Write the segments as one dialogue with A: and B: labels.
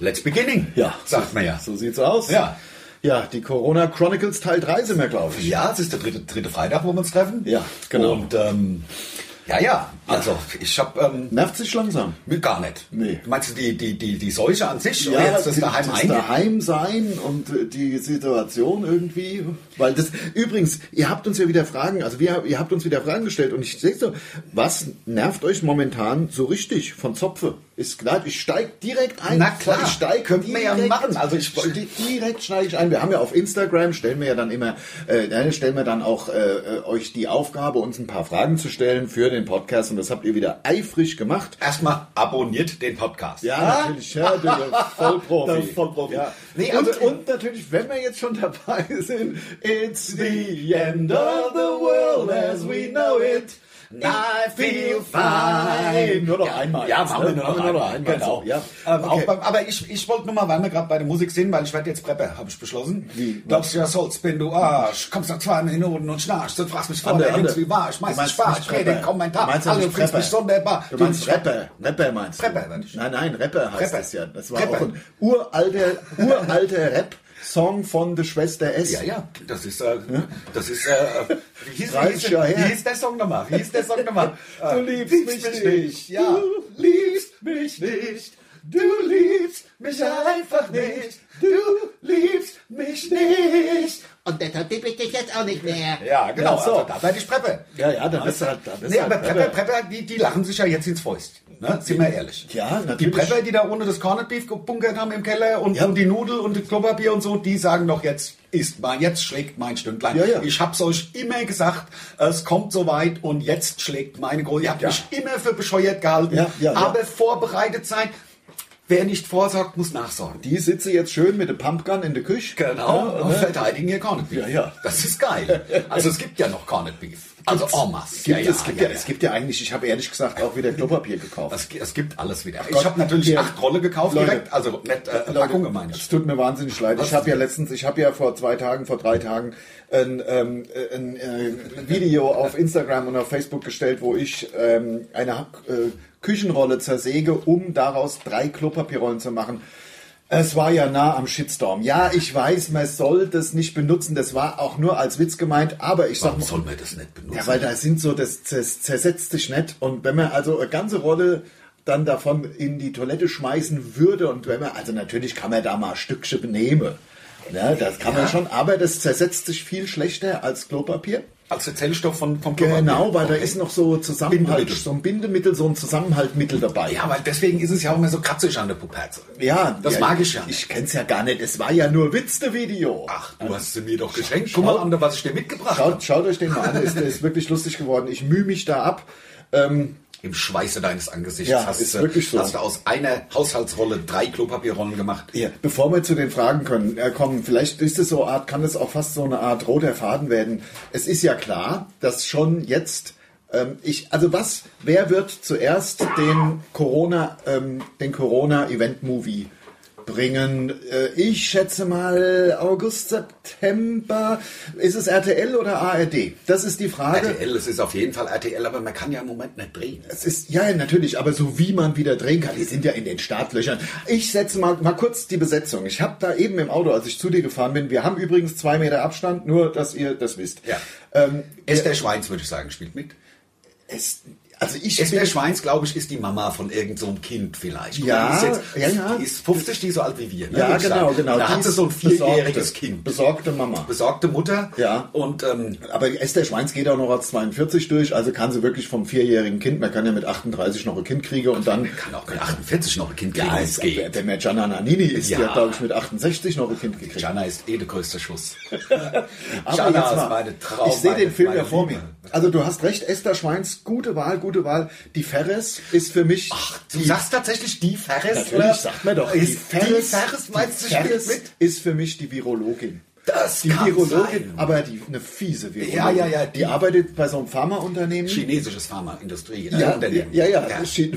A: Let's beginning.
B: Ja.
A: Sagt
B: so,
A: man ja.
B: So sieht's aus.
A: Ja.
B: Ja, die Corona Chronicles Teil 3 sind wir, glaube ich.
A: Ja, es ist der dritte, dritte Freitag, wo wir uns treffen.
B: Ja, genau.
A: Und ähm, ja, ja. Also ich habe ähm,
B: Nervt sich langsam.
A: Mir Gar nicht.
B: Nee.
A: Meinst du die, die, die, die Seuche an sich? und jetzt das
B: die-
A: daheim
B: das
A: einge-
B: daheim sein und äh, die Situation irgendwie, weil das übrigens, ihr habt uns ja wieder Fragen, also wir, ihr habt uns wieder Fragen gestellt und ich sehe so, was nervt euch momentan so richtig von Zopfe? Ist klar, ich steig direkt ein.
A: Na klar,
B: ich steig
A: könnte man ja
B: direkt-
A: machen. Also ich wollte-
B: Ste- direkt steige ich ein. Wir haben ja auf Instagram stellen wir ja dann immer, äh, nein, stellen wir dann auch äh, äh, euch die Aufgabe, uns ein paar Fragen zu stellen für den Podcast und das habt ihr wieder eifrig gemacht.
A: Erstmal abonniert den Podcast.
B: Ja, natürlich, ja, der Vollprofi.
A: Der Vollprofi.
B: Ja.
A: Nee,
B: und,
A: also-
B: und natürlich, wenn wir jetzt schon dabei sind, it's the end of the world as we know it. I feel fine. Nur noch
A: ja,
B: einmal.
A: Ja,
B: jetzt,
A: machen wir
B: ne?
A: nur noch, einmal.
B: Genau.
A: So.
B: Ja.
A: Ähm, auch
B: Okay.
A: beim, aber ich, ich wollte nur mal, weil wir gerade bei der Musik sind, weil ich werde jetzt Prepper, habe ich beschlossen.
B: Wie?
A: Glaubst du, ja sollst, bin du Arsch. Kommst nach zwei Minuten und schnarchst und fragst mich vor
B: Ander,
A: der Hinz,
B: Ander.
A: wie war ich.
B: Du
A: Meistens
B: meinst
A: Spaß,
B: nicht
A: ich rede
B: Prepper.
A: den Kommentar.
B: Du meinst
A: Alle
B: nicht
A: kriegst
B: Prepper.
A: mich sonderbar.
B: Du meinst Rapper. Rapper meinst du?
A: Prepper werd ich.
B: Nein, nein, Rapper heißt
A: Prepper.
B: es ja. Das war
A: Prepper.
B: auch ein uralter, uralter Rap-Song von der Schwester S.
A: Ja, ja, das ist, äh, das ist, äh, wie hieß, wie
B: 30
A: hieß,
B: Jahre her.
A: wie hieß der Song nochmal? Wie hieß der Song nochmal?
B: Ah,
A: Äh, ja.
B: Du liebst mich nicht. Du liebst mich einfach nicht. Du liebst mich nicht.
C: Und deshalb liebe ich dich jetzt auch nicht mehr.
A: Ja, genau,
B: Ja, so.
A: also da seid ich Preppe.
B: Ja, ja, da bist du halt, da bist
A: Nee,
B: du halt
A: aber Prepper,
B: Prepper.
A: Prepper, die, die lachen sich ja jetzt ins Fäust. Ne? Sind wir ehrlich.
B: Ja,
A: Die
B: natürlich.
A: Prepper, die da ohne das Corned Beef gebunkert haben im Keller und,
B: Ja.
A: und die Nudel und das Klopapier und so, die sagen doch jetzt isst mal, jetzt schlägt mein Stündlein.
B: Ja, ja.
A: Ich hab's euch immer gesagt, es kommt soweit und jetzt schlägt meine Große. Ihr habt
B: Ja.
A: mich immer für bescheuert gehalten,
B: Ja, ja, ja.
A: aber vorbereitet sein. Wer nicht vorsorgt, muss nachsorgen.
B: Die sitze jetzt schön mit der Pumpgun in der Küche.
A: Genau,
B: Ja,
A: und
B: ne?
A: verteidigen ihr Corned Beef.
B: Ja, ja.
A: Das ist geil. Also es gibt ja noch Corned Beef. Also en masse.
B: Gibt es, gibt ja, es gibt ja eigentlich, ich habe ehrlich gesagt auch wieder Klopapier gekauft.
A: Es, gi- es gibt alles wieder.
B: Gott,
A: ich habe natürlich
B: hier-
A: acht Rolle gekauft
B: Leute,
A: direkt, also nicht äh,
B: Leute,
A: Packung gemeint.
B: Es tut mir wahnsinnig leid. Ich habe ja letztens, ich habe ja vor zwei Tagen, vor drei Tagen ein, ähm, äh, ein äh, Video auf Instagram und auf Facebook gestellt, wo ich ähm, eine Ha- äh, Küchenrolle zersäge, um daraus drei Klopapierrollen zu machen. Es war ja nah am Shitstorm. Ja, ich weiß, man soll das nicht benutzen. Das war auch nur als Witz gemeint, aber ich sag
A: Warum
B: mal,
A: soll man das nicht benutzen?
B: ja, weil da sind so, das zers- zersetzt sich nicht. Und wenn man also eine ganze Rolle dann davon in die Toilette schmeißen würde und wenn man, also natürlich kann man da mal ein Stückchen benehmen. Ne, das kann man
A: Ja.
B: schon, aber das zersetzt sich viel schlechter als Klopapier.
A: Als der Zellstoff von, vom Klopapier.
B: Genau, weil da
A: Okay.
B: ist noch so Zusammenhalt,
A: Bindemittel.
B: so ein Bindemittel, so ein Zusammenhaltmittel dabei.
A: Ja, aber deswegen ist es ja auch immer so kratzig an der Puperze.
B: Ja,
A: Das
B: ja,
A: mag ich ja.
B: Ich kenn's ja gar nicht. Es war ja nur Witz, der Video.
A: Ach, du hast sie mir doch geschenkt. Guck mal, Ander, was ich dir mitgebracht habe.
B: Schaut, schaut euch den mal an. Ist, ist wirklich lustig geworden. Ich mühe mich da ab. Ähm,
A: Im Schweiße deines Angesichts
B: Ja,
A: hast,
B: ist
A: du-
B: wirklich so.
A: hast du aus einer Haushaltsrolle drei Klopapierrollen gemacht.
B: Ja, bevor wir zu den Fragen können, äh, kommen, vielleicht ist es so eine Art, kann es auch fast so eine Art roter Faden werden. Es ist ja klar, dass schon jetzt ähm, ich, also was, wer wird zuerst den Corona, ähm, den Corona Event Movie bringen? Äh, ich schätze mal August, September. Ist es RTL oder ARD? Das ist die Frage.
A: RTL, es ist auf jeden Fall RTL, aber man kann ja im Moment nicht drehen.
B: Es ist, ja, ja, natürlich, aber so wie man wieder drehen kann, die sind ja in den Startlöchern. Ich setze mal, mal kurz die Besetzung. Ich habe da eben im Auto, als ich zu dir gefahren bin, wir haben übrigens zwei Meter Abstand, nur dass ihr das wisst.
A: Ja.
B: Ähm,
A: Esther Schweins, würde ich sagen, spielt mit.
B: es, also ich
A: Esther
B: bin-
A: Schweins, glaube ich, ist die Mama von irgendeinem so einem Kind vielleicht. Guck
B: Ja,
A: mal, die ist
B: ja, ja.
A: Die ist 50, die ist so alt wie wir. Ne?
B: ja,
A: würde ich
B: genau,
A: sagen.
B: genau.
A: Da
B: die
A: hat sie
B: ist
A: so ein vierjähriges
B: besorgte,
A: Kind.
B: Besorgte Mama.
A: Besorgte Mutter.
B: Ja.
A: Und ähm,
B: Aber Esther Schweins geht auch noch als 42 durch, also kann sie wirklich vom vierjährigen Kind, man kann ja mit 38 noch ein Kind kriegen und dann
A: kann auch mit 48 noch ein Kind kriegen,
B: Ja,
A: wenn's
B: es
A: geht.
B: Der mehr Gianna Nannini ist, die
A: Ja.
B: hat, glaube ich, mit 68 noch ein Kind gekriegt.
A: Jana ist eh der größte Schuss.
B: Aber
A: Jana
B: jetzt mal,
A: ist meine Traum.
B: ich sehe
A: meine-
B: den Film
A: meine
B: ja vor
A: Liebe.
B: mir. Also du hast recht, Esther Schweins, gute Wahl, gute Wahl. Die Ferris ist für mich
A: Ach, du sagst tatsächlich die Ferris,
B: natürlich
A: oder?
B: sagt man doch,
A: Ist die Ferris, meinst du,
B: die
A: spielt
B: Ferris
A: mit?
B: ist für mich die Virologin.
A: Das
B: die
A: kann
B: Virologin,
A: sein.
B: aber die eine fiese Virologin.
A: Ja, ja, ja,
B: Die,
A: die-
B: arbeitet bei so einem Pharmaunternehmen.
A: Chinesisches Pharmaindustrie. äh,
B: ja, ja,
A: Unternehmen.
B: ja, Chi-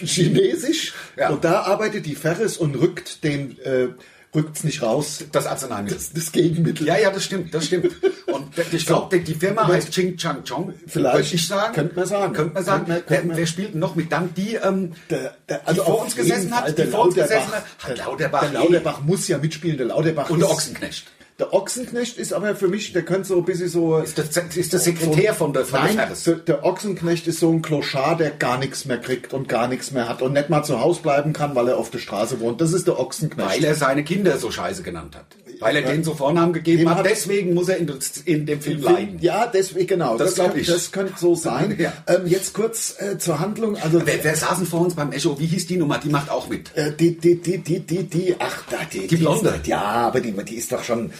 B: Chinesisch.
A: Ja.
B: Und da arbeitet die Ferris und rückt dem äh, rückt's nicht raus.
A: Das Arzneimittel.
B: Das, das Gegenmittel.
A: ja, ja, das stimmt, das stimmt. Und der- ich glaube, die Firma
B: Aber-
A: heißt Ching Chang Chong.
B: Vielleicht
A: Wollte ich sagen.
B: könnte man sagen.
A: Könnte man sagen.
B: Könnte man-
A: wer,
B: könnte man-
A: wer spielt denn noch mit? Dann die, ähm,
B: Der- der-
A: die vor
B: also auf
A: uns
B: jeden
A: gesessen
B: Fall
A: hat, die
B: der
A: vor uns
B: Lauterbach.
A: gesessen hat. Hat Lauterbach, eh
B: Der Lauterbach muss ja mitspielen. Der Lauterbach
A: Und der
B: ist-
A: Ochsenknecht.
B: Der Ochsenknecht ist aber für mich, der könnte so ein bisschen so.
A: Ist das, ist das Sekretär von der, von
B: Oh, Nein,
A: der Ferris?
B: der, der Ochsenknecht ist so ein Kloschar, der gar nichts mehr kriegt und gar nichts mehr hat und nicht mal zu Hause bleiben kann, weil er auf der Straße wohnt. Das ist der Ochsenknecht.
A: Weil er seine Kinder so scheiße genannt hat. Weil er denen so Vornamen gegeben
B: Dem
A: hat.
B: hat-
A: Deswegen muss er in, in dem Film leiden.
B: ja, deswegen, genau.
A: Das glaub
B: kann-
A: ich.
B: Das könnte so sein.
A: Ja.
B: ähm, jetzt kurz äh, zur Handlung. Also,
A: Wer, wer saßen vor uns beim Echo? Wie hieß die Nummer? Die macht auch mit.
B: Äh, die, die, die, die, die, die, ach, da, die,
A: Die Blonde.
B: Ist, ja, aber die, die ist doch schon.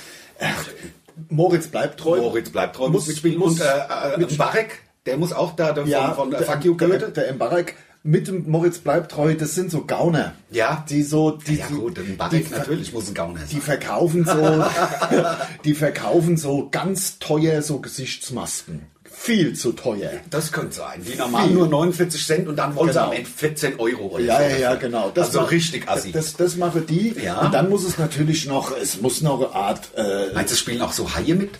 B: Ach, Moritz bleibt treu.
A: Moritz bleibt treu,
B: Muss-
A: muss mitspielen.
B: muss
A: Und äh, äh, Barek, der muss auch da der
B: ja,
A: von, von
B: der,
A: der, Fuck You
B: der,
A: Goethe.
B: der Mbarek mit dem Moritz bleibt treu, das sind so Gauner.
A: Ja.
B: Die so, die,
A: ja gut,
B: die,
A: ein ne? Barek
B: die-
A: natürlich muss ein Gauner
B: Die
A: sein.
B: verkaufen so, die verkaufen so ganz teuer so Gesichtsmasken. Viel zu teuer.
A: Das könnte sein. Die normal
B: Viel.
A: nur 49 Cent und dann wollen sie
B: Genau.
A: am Ende 14 Euro. Oder
B: Ja,
A: so.
B: ja, ja, genau.
A: also
B: macht-
A: richtig assi.
B: Das, das machen die.
A: Ja.
B: Und dann muss es natürlich noch, es muss noch eine Art äh,
A: Meinst du, spielen auch so Haie mit?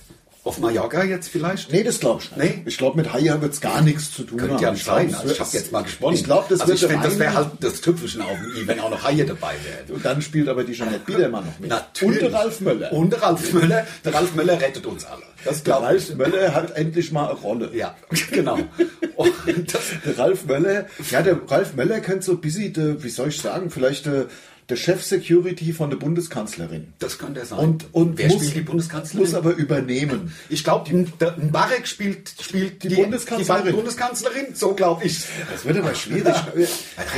A: Auf Mallorca jetzt vielleicht?
B: Nee, das glaube ich nicht.
A: Nee?
B: Ich glaube, mit Haie wird's gar nichts zu tun.
A: Könnte
B: haben.
A: ja
B: Ich glaub,
A: sein.
B: es
A: Also
B: wird-
A: ich habe jetzt mal gesponnen.
B: Ich glaube, das
A: also
B: wird
A: ich find,
B: der
A: das wäre
B: Wein-
A: halt das Tüpfelchen auf dem I, wenn auch noch Haie dabei wären.
B: Und dann spielt aber die Jeanette Biedermann noch mit.
A: Natürlich.
B: Und der Ralf Möller.
A: Und der Ralf Möller. Der Ralf Möller rettet uns alle. Das
B: der
A: glaube ich.
B: Ralf Möller hat endlich mal eine Rolle.
A: Ja, genau. Und das,
B: Der Ralf Möller, ja, der Ralf Möller kennt so ein bisschen, der, wie soll ich sagen, vielleicht der, der Chef-Security von der Bundeskanzlerin.
A: das könnte er sein.
B: Und, und
A: Wer
B: muss,
A: spielt die Bundeskanzlerin?
B: Muss aber übernehmen.
A: ich glaube, Barek spielt, spielt
B: Die Bundeskanzlerin.
A: die Bundeskanzlerin, so glaube ich.
B: Das wird aber schwierig.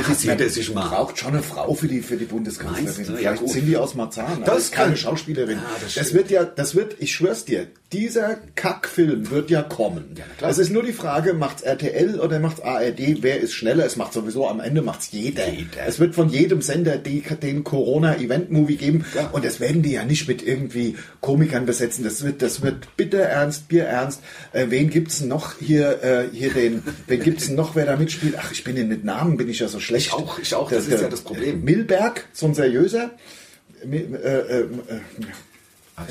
A: Rasiert er sich mal.
B: braucht schon eine Frau für die, für die Bundeskanzlerin.
A: Meinst du? Ja,
B: Vielleicht
A: gut.
B: sind die aus Marzahn. aber
A: Das
B: ist keine
A: kann-
B: Schauspielerin.
A: Ja, das
B: das,
A: stimmt.
B: wird ja, das wird, ich schwör's dir, dieser Kackfilm wird ja kommen.
A: na klar.
B: Es ist nur die Frage, macht's RTL oder macht's ARD? Wer ist schneller? Es macht sowieso am Ende macht's jeder.
A: Jeder.
B: Es wird von jedem Sender die, den Corona-Event-Movie geben.
A: Ja.
B: Und das werden die ja nicht mit irgendwie Komikern besetzen. Das wird, das wird bitter ernst, bier ernst. Äh, wen gibt's denn noch hier, äh, hier den, wen gibt's denn noch, wer da mitspielt? Ach, ich bin in, mit Namen, bin ich ja so schlecht.
A: Ich auch, ich auch, das
B: Der-
A: ist
B: der
A: ja das Problem.
B: Milberg, so ein seriöser. Mi- Äh, äh, äh,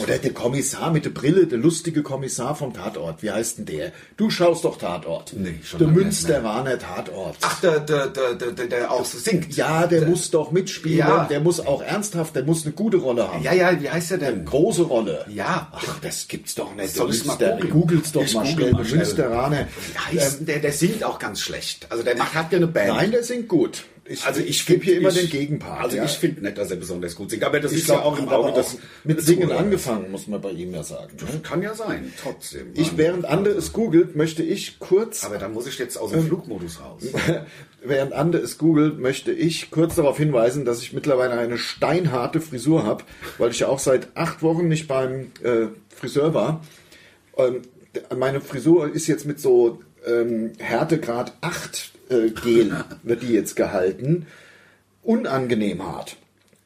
B: oder der Kommissar mit der Brille, der lustige Kommissar vom Tatort. Wie heißt denn der? Du schaust doch Tatort.
A: Nee, schon
B: der
A: lange nicht
B: Münsterwaner Tatort.
A: Ach, der, der, der, der, der, der auch so singt.
B: ja, der, muss doch mitspielen.
A: Ja.
B: Der muss auch ernsthaft, der muss eine gute Rolle haben.
A: Ja, ja, wie heißt der denn?
B: Große Rolle.
A: Ja.
B: Ach, das gibt's doch nicht.
A: Soll ich's mal
B: Münster-
A: googeln?
B: Googles doch
A: Ich
B: mal
A: google
B: schnell.
A: mal schnell.
B: Münsteraner.
A: Wie heißt denn der? Der singt auch ganz schlecht. Also der macht, hat ja eine Band.
B: Nein, der singt gut. Ich, gebe
A: find-
B: hier immer
A: ich-
B: den Gegenpart.
A: Also
B: ja.
A: ich finde nicht, dass er besonders gut singt, aber das ist
B: glaub,
A: ja auch im
B: hat aber
A: Auge des
B: mit
A: des
B: Singen
A: Zuhörers.
B: angefangen, muss man bei ihm ja sagen. ne?
A: Kann ja sein, trotzdem.
B: Ich, während Ähm, Ande es googelt, möchte ich kurz,
A: Aber dann muss ich jetzt aus dem Flugmodus raus.
B: während Ande es googelt, möchte ich kurz darauf hinweisen, dass ich mittlerweile eine steinharte Frisur habe, weil ich ja auch seit acht Wochen nicht beim äh, Friseur war. Ähm, d- meine Frisur ist jetzt mit so ähm, Härtegrad 8 äh, Gel, wird die jetzt gehalten. Unangenehm hart.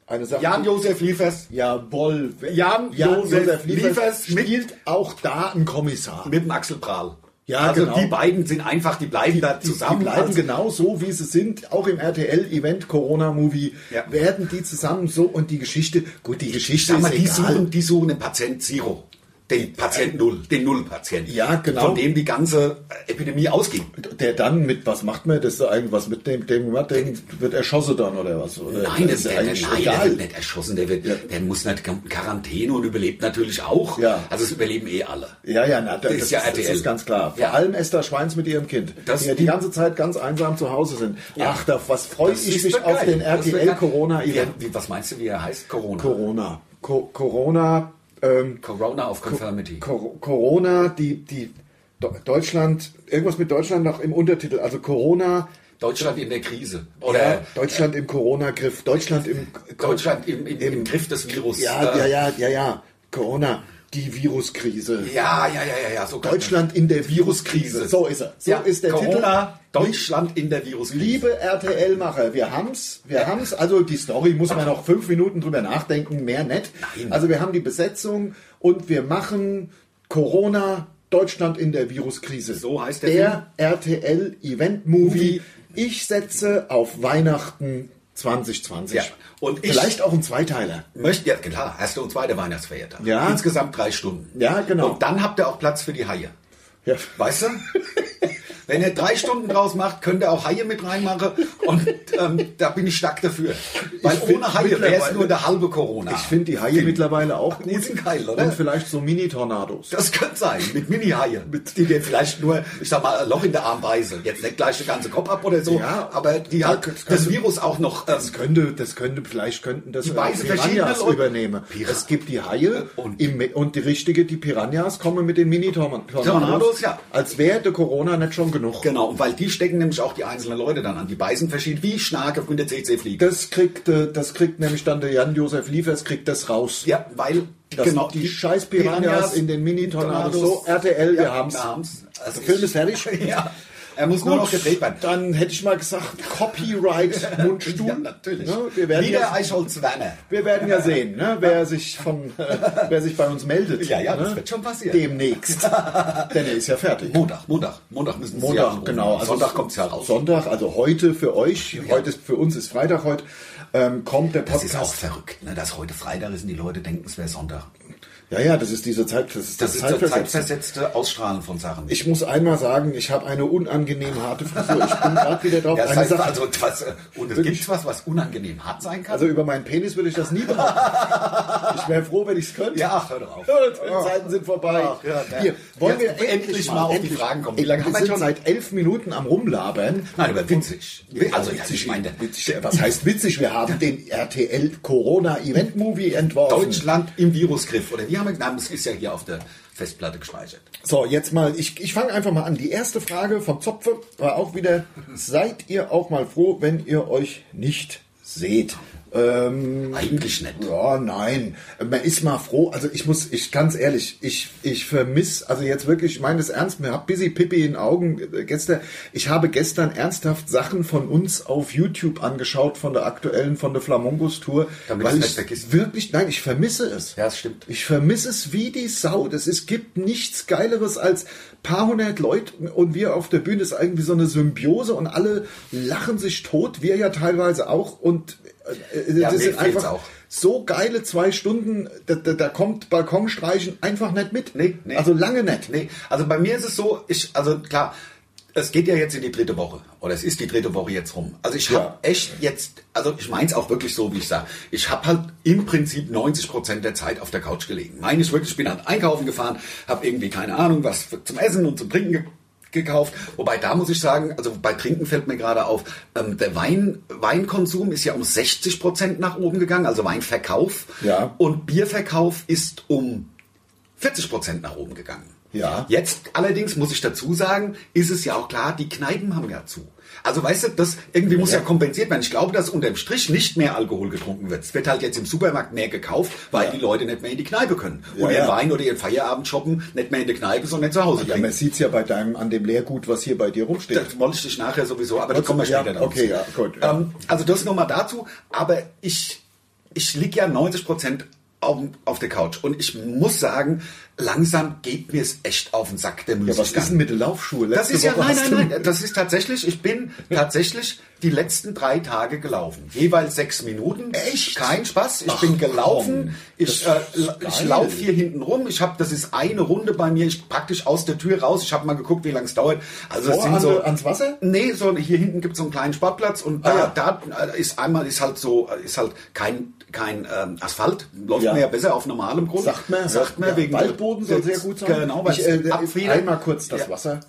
B: Eine Sache,
A: Jan-Josef Liefers
B: Jawohl.
A: Jan Josef Liefers mit-
B: spielt auch da ein Kommissar.
A: mit dem Axel Prahl.
B: Ja,
A: also
B: genau.
A: die beiden sind einfach, die bleiben da zusammen. Also
B: die bleiben
A: als-
B: genau so, wie sie sind. Auch im RTL-Event Corona-Movie
A: Ja.
B: werden die zusammen so und die Geschichte, gut, die Geschichte
A: Sag
B: ist
A: mal, die
B: egal.
A: suchen, die suchen den Patient Zero. Den Patient Null, den Null-Patienten.
B: Ja, genau.
A: Von dem die ganze äh, Epidemie ausging.
B: Der dann mit, was macht man das da eigentlich, was mit dem, dem gemacht, der wird erschossen dann oder was? Oder
A: Nein, das
B: ist
A: der,
B: ja
A: der,
B: eigentlich
A: nein der
B: egal.
A: wird nicht erschossen, der, wird, der muss nicht in Quarantäne und überlebt natürlich auch.
B: Ja.
A: Also es überleben eh alle.
B: Ja, ja, na, das,
A: ist
B: das,
A: ja
B: das
A: RTL.
B: ist ganz klar. Vor
A: Ja.
B: allem Esther Schweins mit ihrem Kind,
A: Das-
B: die ja die ganze Zeit ganz einsam zu Hause sind. Ach, da, was freue
A: Das
B: ich
A: ist
B: mich
A: doch
B: auf
A: geil.
B: den
A: Das wird geil.
B: RTL-Corona-Event.
A: Wie- wie- Was meinst du, wie er heißt? Corona.
B: Corona. Co Corona, ähm,
A: Corona of Conformity.
B: Cor Corona, die, die Do- Deutschland, irgendwas mit Deutschland noch im Untertitel. Also Corona,
A: Deutschland in der Krise.
B: ja,
A: Oder
B: Deutschland im Corona-Griff, Deutschland im
A: Deutschland im, im, im Griff des Virus.
B: Ja,
A: Äh,
B: ja, ja, ja, ja. Corona, die Viruskrise.
A: Äh, Ja, ja, ja, ja, ja. So kann
B: Deutschland in der Viruskrise. So ist er. So
A: ja,
B: ist der Titel.
A: Corona, Deutschland in der Viruskrise.
B: Liebe RTL-Macher, wir haben's, wir haben's. Also die Story muss man noch fünf Minuten drüber nachdenken, mehr nicht.
A: Nein.
B: Also wir haben die Besetzung und wir machen Corona Deutschland in der Viruskrise.
A: So heißt der
B: der RTL-Event-Movie. Ich setze auf Weihnachten 2020.
A: Ja. Und ich-
B: Vielleicht auch ein Zweiteiler.
A: Möchte, ja klar, hast du einen zweiten Weihnachtsfeiertag.
B: Ja.
A: Insgesamt drei Stunden.
B: Ja, genau.
A: Und dann habt ihr auch Platz für die Haie.
B: Ja.
A: Weißt du? Wenn ihr drei Stunden draus macht, könnt ihr auch Haie mit reinmachen. Und ähm, da bin ich stark dafür. Weil
B: Ich find
A: ohne Haie wäre es
B: mittlerweile-
A: nur der halbe Corona.
B: Ich finde die Haie mittlerweile auch gut.
A: Die sind geil, oder?
B: Und vielleicht so Mini-Tornados.
A: Das könnte sein, mit Mini-Haien, mit- die dir vielleicht nur, ich sag mal, ein Loch in der Arm beißen. Jetzt nicht gleich den ganzen Kopf ab oder so,
B: Ja,
A: aber die
B: ja,
A: halt
B: das könnte-
A: das Virus auch noch. ähm,
B: Das könnte, das könnte, vielleicht könnten das
A: Die weißen
B: Piranhas
A: verschiedenen und-
B: übernehmen.
A: Piran-
B: es gibt die Haie
A: Und-
B: und, im, und die richtige, die Piranhas kommen mit den Mini-Tornados.
A: Tornados, ja.
B: Als wäre der Corona nicht schon genug.
A: genau, und weil die stecken nämlich auch die einzelnen Leute dann an. Die beißen verschieden, wie Schnake von der CC-Fliege.
B: Das kriegt, äh, das kriegt nämlich dann der Jan-Josef Liefers, kriegt das raus.
A: Ja, weil
B: Das- die scheiß Piranhas in den Mini-Tornados, so RTL, wir haben's.
A: wir haben's. Also
B: Der Film ist fertig.
A: ja, er muss nur noch gedreht werden.
B: dann hätte ich mal gesagt, Copyright Mundstuhl.
A: Ja, natürlich.
B: Ne? Wir, werden
A: Wieder
B: ja,
A: Eichholz Werner.
B: wir werden ja sehen, ne? wer, sich von, äh, wer sich bei uns meldet.
A: Ja, ja,
B: ne?
A: das wird schon passieren.
B: Demnächst. Denn er ist ja fertig.
A: Montag, Montag, Montag müssen Sie
B: Montag,
A: anrufen.
B: genau. Also
A: Sonntag kommt's ja raus.
B: Sonntag, also heute für euch, heute ist, für uns ist Freitag heute, ähm, kommt der
A: Das
B: Podcast.
A: ist auch verrückt, ne? dass heute Freitag ist und die Leute denken, es wäre Sonntag.
B: ja, ja, das ist diese Zeit, das ist
A: Das,
B: das,
A: ist das
B: Zeitversetzte.
A: zeitversetzte Ausstrahlen von Sachen.
B: Ich muss einmal sagen, ich habe eine unangenehm harte Frisur. Ich bin gerade wieder drauf.
A: ja, das
B: eine
A: heißt
B: Sache,
A: also, das, und es gibt was, was unangenehm hart sein kann?
B: also über meinen Penis würde ich das nie behaupten. ich wäre froh, wenn ich es könnte.
A: ja, ach, hör doch auf.
B: Ja, die Zeiten sind vorbei.
A: Ach, ja, ne.
B: Hier, wollen
A: Jetzt
B: wir endlich, mal auf
A: die Fragen kommen.
B: Wie lange
A: Wir
B: haben wir
A: sind
B: schon seit elf Minuten am Rumlabern?
A: Nein, aber witzig. Also, ja,
B: witzig,
A: ich meine,
B: witzig, was heißt witzig? Wir haben den RTL Corona Event Movie entworfen.
A: Deutschland im Virusgriff. Oder wie haben wir genannt? Das ist ja hier auf der Festplatte gespeichert.
B: So, jetzt mal, ich, ich fange einfach mal an. Die erste Frage vom Zopfe war auch wieder, seid ihr auch mal froh, wenn ihr euch nicht seht? Ähm,
A: Eigentlich nicht.
B: ja, nein. Man ist mal froh. Also ich muss, ich ganz ehrlich, ich, ich vermisse, also jetzt wirklich, ich meine es ernst, mir hab busy Pippi in Augen äh, gestern. Ich habe gestern ernsthaft Sachen von uns auf YouTube angeschaut, von der aktuellen, von der Flamongos Tour.
A: Damit
B: weil
A: es
B: ich
A: nicht weg ist.
B: wirklich, nein, ich vermisse es.
A: Ja, das stimmt.
B: Ich vermisse es wie die Sau. Das, es gibt nichts Geileres als paar hundert Leute und wir auf der Bühne. Das ist irgendwie so eine Symbiose und alle lachen sich tot. Wir ja teilweise auch. Und äh, äh,
A: Ja,
B: das
A: mir
B: sind
A: fehlt's
B: einfach
A: auch.
B: so geile zwei Stunden. Da, da, da kommt Balkonstreichen einfach nicht mit.
A: Nee, nee.
B: Also lange nicht.
A: Nee, also bei mir ist es so, ich, also klar, es geht ja jetzt in die dritte Woche. Oder es ist die dritte Woche jetzt rum. Also ich habe
B: Ja.
A: echt jetzt, also ich meine es auch wirklich so, wie ich sage. Ich habe halt im Prinzip 90 Prozent der Zeit auf der Couch gelegen. Meine ich wirklich, ich bin halt einkaufen gefahren, habe irgendwie keine Ahnung, was für, zum Essen und zum Trinken ge gekauft. Wobei da muss ich sagen, also bei Trinken fällt mir gerade auf, ähm, der Wein, Weinkonsum ist ja um 60 Prozent nach oben gegangen, also Weinverkauf.
B: Ja.
A: Und Bierverkauf ist um 40 Prozent nach oben gegangen.
B: Ja.
A: Jetzt allerdings muss ich dazu sagen, ist es ja auch klar, die Kneipen haben ja zu. Also weißt du, das irgendwie muss ja.
B: Ja.
A: kompensiert werden. Ich glaube, dass unterm Strich nicht mehr Alkohol getrunken wird. Es wird halt jetzt im Supermarkt mehr gekauft, weil die Leute nicht mehr in die Kneipe können.
B: Ja,
A: und ihren
B: ja.
A: Wein oder ihren Feierabend shoppen, nicht mehr in der Kneipe, sondern zu Hause
B: Ja,
A: trinken.
B: man sieht's ja bei deinem, an dem Leergut, was hier bei dir rumsteht.
A: Das wollte ich dich nachher sowieso, aber da
B: Also,
A: kommen wir
B: ja,
A: später dazu.
B: okay, ja, gut, ja.
A: Ähm, also das nochmal dazu, aber ich, ich liege ja 90 Prozent auf, auf der Couch und ich muss sagen, langsam geht mir es echt auf den Sack, der
B: ja, was
A: Müßiggang.
B: ist denn mit der Laufschuhe?
A: das
B: Letzte
A: ist ja,
B: Woche
A: nein,
B: hast
A: nein,
B: du-
A: nein, das ist tatsächlich, ich bin tatsächlich die letzten drei Tage gelaufen. Jeweils sechs Minuten.
B: Echt?
A: Kein Spaß. Ich bin gelaufen.
B: komm.
A: Ich, äh,
B: Das ist
A: la- ich
B: geil.
A: laufe hier hinten rum. Ich habe, das ist eine Runde bei mir. Ich praktisch aus der Tür raus. Ich habe mal geguckt, wie lange es dauert. Also es
B: Vor
A: sind
B: an-
A: so
B: ans Wasser?
A: Nee, so hier hinten gibt es so einen kleinen Sportplatz und da,
B: Ah,
A: da äh, ist einmal ist halt so äh, ist halt kein kein ähm, Asphalt läuft
B: Ja.
A: mir ja besser auf normalem Grund.
B: Sagt man,
A: sagt man
B: ja,
A: wegen
B: Waldboden soll sehr gut sein.
A: Genau, weil
B: ich,
A: es
B: äh,
A: abfedert.
B: einmal kurz das
A: Ja.
B: Wasser.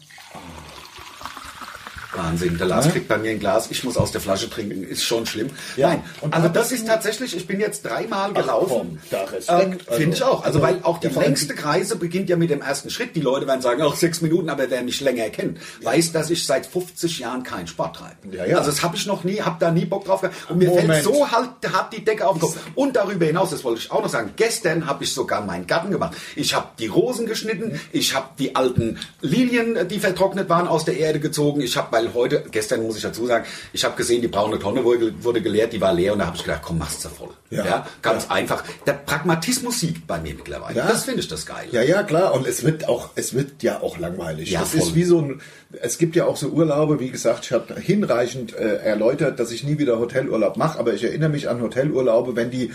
A: Wahnsinn, der Lars kriegt bei mir ein Glas, ich muss aus der Flasche trinken, ist schon schlimm.
B: Ja.
A: Nein,
B: Und
A: also
B: hattest
A: das ist
B: du-
A: tatsächlich, ich bin jetzt dreimal gelaufen.
B: komm, da Respekt. Also,
A: Finde ich auch. Also, weil auch die
B: ja, vor allem-
A: längste Kreise beginnt ja mit dem ersten Schritt. Die Leute werden sagen, auch sechs Minuten, aber wer mich länger kennt, weiß, dass ich seit 50 Jahren keinen Sport treibe.
B: Ja, ja.
A: Also das habe ich noch nie, habe da nie Bock drauf gehabt. Und mir fällt
B: Moment.
A: so halt hart die Decke auf den Kopf. Und darüber hinaus, das wollte ich auch noch sagen, gestern habe ich sogar meinen Garten gemacht. Ich habe die Rosen geschnitten, ich habe die alten Lilien, die vertrocknet waren, aus der Erde gezogen. Ich habe, weil weil heute, gestern muss ich dazu sagen, ich habe gesehen, die braune Tonne wurde, wurde geleert, die war leer und da habe ich gedacht, komm, mach's ja voll.
B: Ja.
A: Ja. ganz einfach. Der Pragmatismus siegt bei mir mittlerweile.
B: Ja.
A: Das finde ich das geil.
B: Ja, ja, klar. Und es wird auch, es wird ja auch langweilig.
A: Ja,
B: das
A: voll.
B: ist wie so ein, es gibt ja auch so Urlaube, wie gesagt, ich habe hinreichend äh, erläutert, dass ich nie wieder Hotelurlaub mache, aber ich erinnere mich an Hotelurlaube, wenn die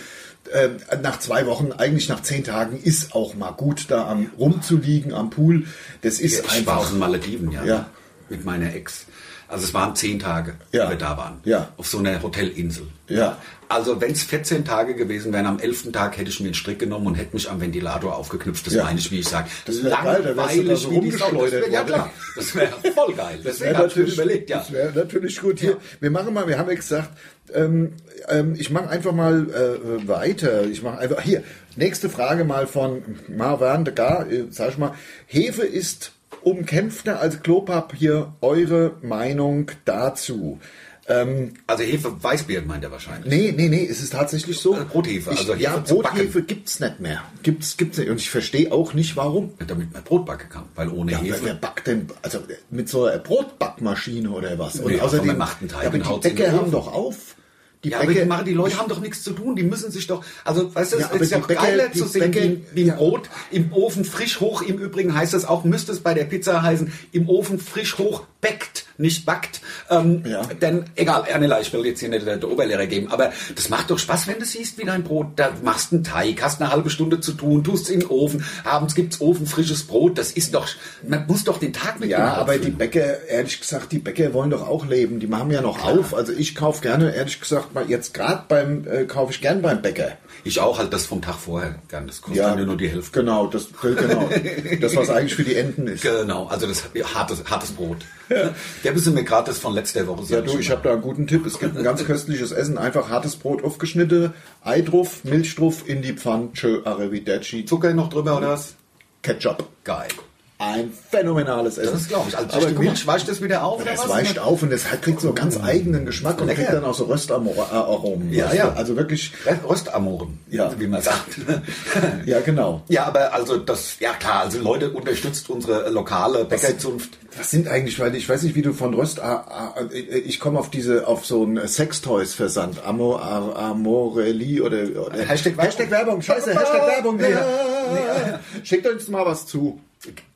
B: äh, nach zwei Wochen, eigentlich nach zehn Tagen, ist auch mal gut, da am rumzuliegen am Pool. Das ist
A: Ich war auf
B: einfach.
A: den Malediven, ja.
B: Ja.
A: Mit meiner Ex. Also es waren zehn Tage,
B: Ja.
A: die wir da waren.
B: Ja.
A: Auf so einer Hotelinsel.
B: Ja.
A: Also wenn es 14 Tage gewesen wären, am 11. Tag hätte ich mir einen Strick genommen und hätte mich am Ventilator aufgeknüpft. Das
B: Ja.
A: meine ich, wie ich sage.
B: Das wär geil, da wärst du da so rumgeschleudert
A: wär, Ja
B: worden.
A: klar, das wäre voll geil. Deswegen habe ich mir überlegt, ja.
B: Das wäre natürlich gut. Hier, wir machen mal, wir haben ja gesagt, ähm, ähm, ich mache einfach mal äh, weiter. Ich mache einfach hier. Nächste Frage mal von Marwan de Gar, äh, sag ich mal, Hefe ist umkämpfter als Klopapier. Eure Meinung dazu?
A: Also Hefe Weißbier meint er wahrscheinlich.
B: Nee, nee, nee, es ist tatsächlich so.
A: Also Brothefe,
B: ich,
A: also Hefe
B: ja,
A: zum Backen.
B: Brothefe gibt's nicht mehr. Gibt's, gibt's nicht. Und ich verstehe auch nicht, warum.
A: Damit man Brot backen kann, weil ohne
B: Ja, wer,
A: Hefe...
B: wer backt denn, also mit so einer Brotbackmaschine oder was? Und
A: Nee, aber
B: außerdem,
A: man macht einen Teig
B: ja, aber
A: und
B: die
A: haut's in den
B: Bäcker haben
A: Ofen.
B: doch auf. Die
A: Ja, aber
B: Bäcker
A: die, machen, die Leute haben doch nichts zu tun, die müssen sich doch, also weißt du,
B: Ja,
A: es
B: aber
A: ist ja
B: die
A: auch
B: Bäcker-
A: geiler
B: die
A: zu sehen,
B: Bäcker-
A: wie- wie im
B: ja.
A: Brot, im Ofen frisch hoch, im Übrigen heißt das auch, müsste es bei der Pizza heißen, im Ofen frisch hoch bäckt, nicht backt, ähm,
B: Ja.
A: denn egal, Ernela, ich will jetzt hier nicht der der Oberlehrer geben, aber das macht doch Spaß, wenn du siehst, wie dein Brot, da machst einen Teig, hast eine halbe Stunde zu tun, tust in den Ofen, abends gibt's ofenfrisches Brot, das ist doch, man muss doch den Tag mit
B: Ja,
A: Inhalt
B: aber die
A: füllen.
B: Bäcker, ehrlich gesagt, die Bäcker wollen doch auch leben. Die machen ja noch auf. Also ich kaufe gerne, ehrlich gesagt, mal jetzt gerade beim, äh, kaufe ich gern beim Bäcker.
A: Ich auch halt das vom Tag vorher gern, das kostet ja nur die Hälfte.
B: Genau, das, genau. das, was eigentlich für die Enten ist.
A: Genau, also das ja, hartes, hartes Brot. Der bist du mir gerade das von letzter Woche
B: Ja, du, ich habe da einen guten Tipp. Es gibt ein ganz köstliches Essen. Einfach hartes Brot aufgeschnitten, Ei drauf, Milch drauf, in die Pfanne, tschö, arrivederci,
A: Zucker noch drüber oder was?
B: Ketchup.
A: Geil.
B: Ein phänomenales Essen.
A: Das glaube ich. Also
B: aber
A: durch die
B: guck mal,
A: Milch weicht das wieder auf oder
B: es
A: was?
B: weicht auf und es hat, kriegt so einen ganz eigenen Geschmack und
A: Lecker.
B: kriegt dann auch so Röstaromen.
A: Ja, ja.
B: Also wirklich,
A: Röstamoren,
B: Ja.
A: wie man sagt.
B: ja genau.
A: ja, aber also das, ja klar, also Leute, unterstützt unsere lokale Bäckerzunft.
B: Was sind eigentlich, weil ich weiß nicht, wie du von Röst, ah, ah, ich komme auf diese, auf so einen Sextoys-Versand, Amo, ah, Amorelli oder, oder
A: Hashtag Werbung.
B: Hashtag Werbung, scheiße, Hashtag Werbung. Ja. Nee, äh, Schickt uns mal was zu.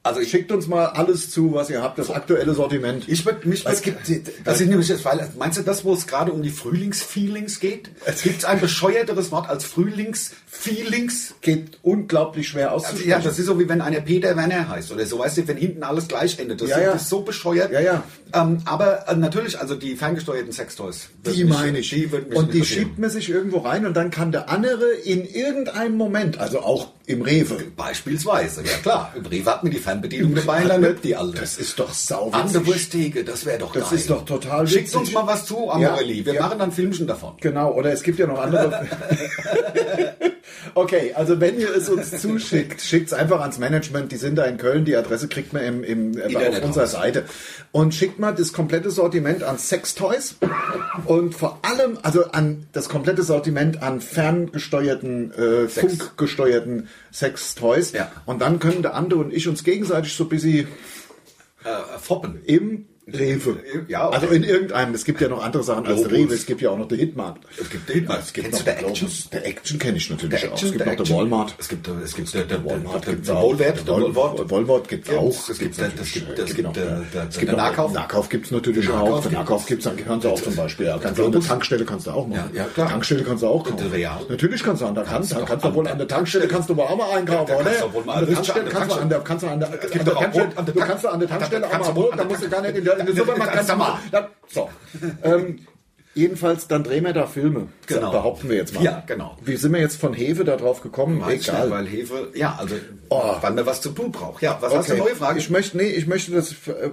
A: Also ich,
B: Schickt uns mal alles zu, was ihr habt, das aktuelle Sortiment.
A: ich würde mich...
B: Was gibt-
A: das ist nämlich das, weil, meinst du das, wo es gerade um die Frühlingsfeelings geht? Es gibt ein bescheuerteres Wort als Frühlingsfeelings?
B: geht unglaublich schwer
A: Also,
B: auszusprechen.
A: ja, das ist so wie wenn einer Peter Werner heißt oder so, weißt du, wenn hinten alles gleich endet. Das,
B: Ja,
A: ist,
B: ja.
A: das ist so bescheuert.
B: Ja, ja.
A: Ähm, aber äh, natürlich, also die ferngesteuerten Sextoys. wird
B: Die
A: mich-
B: meine ich.
A: Die wird mich
B: und die
A: interessieren.
B: schiebt man sich irgendwo rein und dann kann der andere in irgendeinem Moment, also auch im Rewe.
A: Beispielsweise, ja klar. Im Rewe hat mir die Fernbedienung dabei, dann nimmt die alle.
B: Das ist doch
A: Andere
B: sauwitzig.
A: Wursttheke, das wäre doch
B: Das
A: geil.
B: ist doch total
A: Schickt
B: witzig.
A: uns mal was zu, Amorelli.
B: Ja,
A: Wir
B: ja.
A: machen dann ein Filmchen davon.
B: Genau, oder es gibt ja noch andere. okay, also wenn ihr es uns zuschickt, schickt es einfach ans Management. Die sind da in Köln, die Adresse kriegt man im, im, äh, auf
A: Internet
B: unserer
A: raus.
B: Seite. Und schickt mal das komplette Sortiment an Sextoys und vor allem, also an das komplette Sortiment an ferngesteuerten, äh,
A: Sex.
B: funkgesteuerten Sextoys.
A: Ja.
B: Und dann können der andere und ich uns gegenseitig so ein bisschen
A: Äh, Foppen.
B: im Rewe.
A: Ja, okay.
B: Also in irgendeinem, es gibt ja noch andere Sachen als der
A: Globus.
B: Rewe, es gibt ja auch noch den Hitmarkt.
A: Es gibt den, es gibt noch
B: Kennst du der
A: den
B: Action?
A: Action.
B: Der Action kenne ich natürlich
A: Der Action,
B: auch. Es gibt
A: der
B: noch der
A: Action.
B: Walmart.
A: Es gibt, äh, es gibt der, der
B: Walmart
A: Walmart, der,
B: gibt's
A: der
B: auch.
A: Wohlwert, der
B: Wol-
A: Wohlwert.
B: Wohlwort gibt's
A: Gibt's,
B: auch.
A: es gibt,
B: natürlich,
A: das gibt-
B: äh,
A: das
B: gibt
A: gibt,
B: noch,
A: äh,
B: äh,
A: der-
B: Es gibt
A: der
B: noch
A: Nahkauf.
B: Nahkauf gibt's natürlich
A: Der
B: auch.
A: Nahkauf
B: Der
A: gibt's.
B: Nahkauf gibt's, dann kannst du auch zum Beispiel. Ja, kannst du an der
A: Globus.
B: Tankstelle kannst du auch machen.
A: Ja, ja, klar.
B: Tankstelle kannst du auch
A: Und
B: kaufen.
A: Real.
B: Natürlich kannst du an der
A: Kannst
B: Tankstelle.
A: du
B: Kannst
A: doch
B: du wohl
A: an
B: an
A: der
B: der Tankstelle kannst du aber auch mal einkaufen,
A: Ja, da
B: oder?
A: kannst du wohl mal
B: An der
A: Lutsch
B: Tankstelle
A: an der
B: kannst du an der kannst du an der
A: gibt
B: an
A: doch
B: der
A: auch
B: Tankstelle-
A: Brot an der
B: Du
A: Tank-
B: kannst du an der
A: an der-
B: Tankstelle auch
A: kannst
B: mal
A: du Brot
B: holen.
A: an
B: Da
A: der
B: musst du
A: Tank-
B: gar nicht in der in den Supermarkt.
A: Kannst du
B: kannst du-
A: mal.
B: Ja, So. Ähm, Jedenfalls, dann drehen wir da Filme.
A: Genau.
B: Behaupten wir jetzt mal.
A: Ja, genau.
B: Wie sind wir jetzt von Hefe da drauf gekommen?
A: Weiß ich nicht,
B: Egal.
A: weil Hefe, ja, also,
B: Oh.
A: wann man was zu tun braucht. Ja, was hast du
B: Okay.
A: neue Frage?
B: Ich möchte, nee, ich möchte das äh,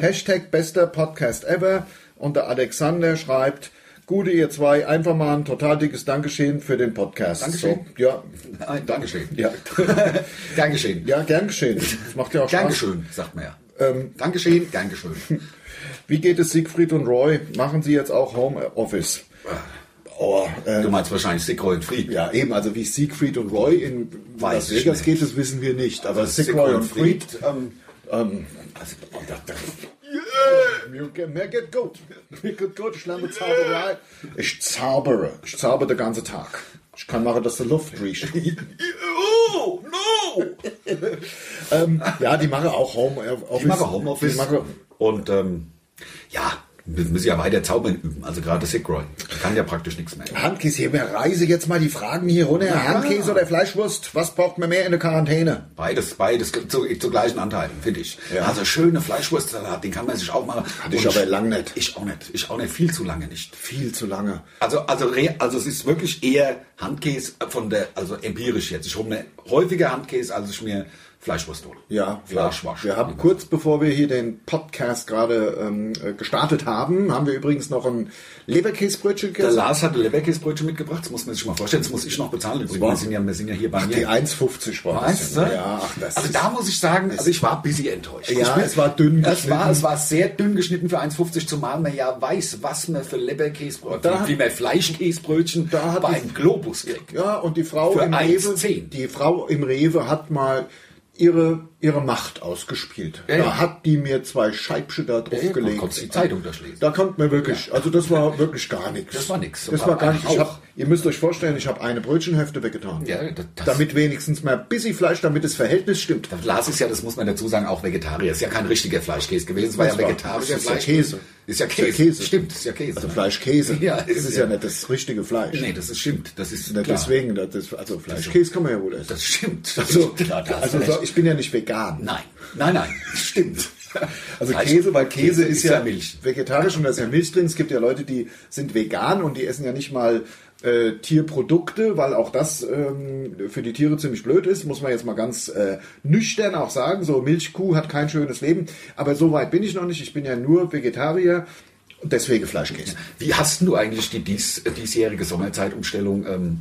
B: Hashtag bester Podcast ever und der Alexander schreibt, gute ihr zwei, einfach mal ein total dickes Dankeschön für den Podcast.
A: Dankeschön.
B: So, ja,
A: Nein, Dankeschön.
B: ja,
A: Gern geschehen.
B: ja, gern geschehen. Das macht ja auch Spaß.
A: Gern geschehen, sagt man ja. Gern geschehen, gern geschehen.
B: Wie geht es Siegfried und Roy? Machen sie jetzt auch Homeoffice?
A: Ah.
B: Oh, äh,
A: Du meinst wahrscheinlich Sigroy und Fried.
B: ja, eben, also wie Siegfried und Roy in
A: Weiß ich
B: Las Vegas
A: nicht. Also
B: geht, das wissen wir nicht. Aber Siegfried und Fried,
A: ähm,
B: ähm, also, oh, da, da, Mir ge- mir geht gut. Mir geht gut. Ich lerne Zauberei. Ich zaubere. Ich zaubere den ganzen Tag. Ich kann machen, dass die Luft riecht.
A: Oh, no!
B: ähm, ja, die machen auch Home äh, Office.
A: Ich mache Homeoffice.
B: Die machen,
A: und ähm, ja, wir müssen ja weiter zaubern üben. Also gerade Sigroy. Der kann ja praktisch nichts mehr.
B: Handkäse, hier reise jetzt mal die Fragen hier runter. Handkäse oder Fleischwurst? Was braucht man mehr in der Quarantäne?
A: Beides, beides zu, zu gleichen Anteilen, finde ich. Also schöne Fleischwurstsalat, den kann man sich auch mal. Hatte
B: ich aber lang nicht.
A: Ich auch nicht. Ich auch nicht. Viel zu lange nicht.
B: Viel zu lange.
A: Also, also, re, also es ist wirklich eher Handkäse von der, also empirisch jetzt. Ich hole mir häufiger Handkäse, als ich mir Fleischwurst hole.
B: Ja,
A: Fleischwasch.
B: Wir haben kurz bevor wir hier den Podcast gerade ähm, äh, gestartet haben, haben wir übrigens noch ein Leberkäsebrötchen
A: Der
B: gegessen.
A: Lars hatte Leberkäsebrötchen mitgebracht, das muss man sich mal vorstellen, das muss ich noch bezahlen. übrigens. Wir sind ja, wir sind ja hier bei mir.
B: Die 1,50 war das.
A: Weißt du?
B: Ja, ach, das
A: also
B: ist,
A: da muss ich sagen, also ich war ein bisschen enttäuscht.
B: Ja,
A: ich bin-
B: es war dünn
A: Es war,
B: geschnitten.
A: es war sehr dünn geschnitten für 1,50, zumal man ja weiß, was man für Leberkäsebrötchen,
B: Da-
A: wie man Fleischkäsebrötchen
B: Da hat
A: beim
B: ich-
A: Globus kriegt.
B: ja, und die Frau
A: Für 1,10.
B: im Rewe, die Frau im Rewe hat mal ihre, ihre Macht ausgespielt.
A: Ja,
B: da
A: ja.
B: hat die mir zwei Scheibchen da drauf
A: Ja, ja,
B: gelegt.
A: konntest die Zeitung da lesen.
B: Da konnte man wirklich, also das war wirklich gar nichts.
A: Das war nix.
B: Das war gar nichts. Ich
A: Ein
B: hab,
A: Hauch.
B: ihr müsst euch vorstellen, ich habe eine Brötchenhälfte weggetan.
A: Ja, das- das-
B: damit wenigstens mal ein bisschen Fleisch, damit das Verhältnis stimmt.
A: Lars ist ja, das muss man dazu sagen, auch Vegetarier. Ist ja kein richtiger Fleischkäse gewesen, es war ja
B: Das war-
A: vegetarischer
B: das ist ja
A: Fleisch.
B: Käse.
A: Ist ja
B: Das ist ja
A: Käse.
B: Käse.
A: Stimmt, ist ja Käse.
B: Also
A: ne?
B: Fleischkäse.
A: Ja,
B: das ist ja, nicht das richtige Fleisch.
A: Nee, das ist stimmt. Das ist
B: Na,
A: klar.
B: deswegen, das ist, also Fleischkäse kann man ja wohl essen.
A: Das stimmt.
B: also,
A: Klar, da hast
B: also
A: du recht.
B: so, ich bin ja nicht vegan.
A: Nein, nein, nein, stimmt.
B: Also
A: Fleisch-
B: Käse, weil Käse, ist, ja,
A: Milch.
B: vegetarisch und da ist ja Milch drin. Es gibt ja Leute, die sind vegan und die essen ja nicht mal äh, Tierprodukte, weil auch das ähm, für die Tiere ziemlich blöd ist, muss man jetzt mal ganz äh, nüchtern auch sagen. So Milchkuh hat kein schönes Leben, aber so weit bin ich noch nicht. Ich bin ja nur Vegetarier und deswegen Fleischkäse.
A: Wie hast du eigentlich die dies, äh, diesjährige Sommerzeitumstellung ähm,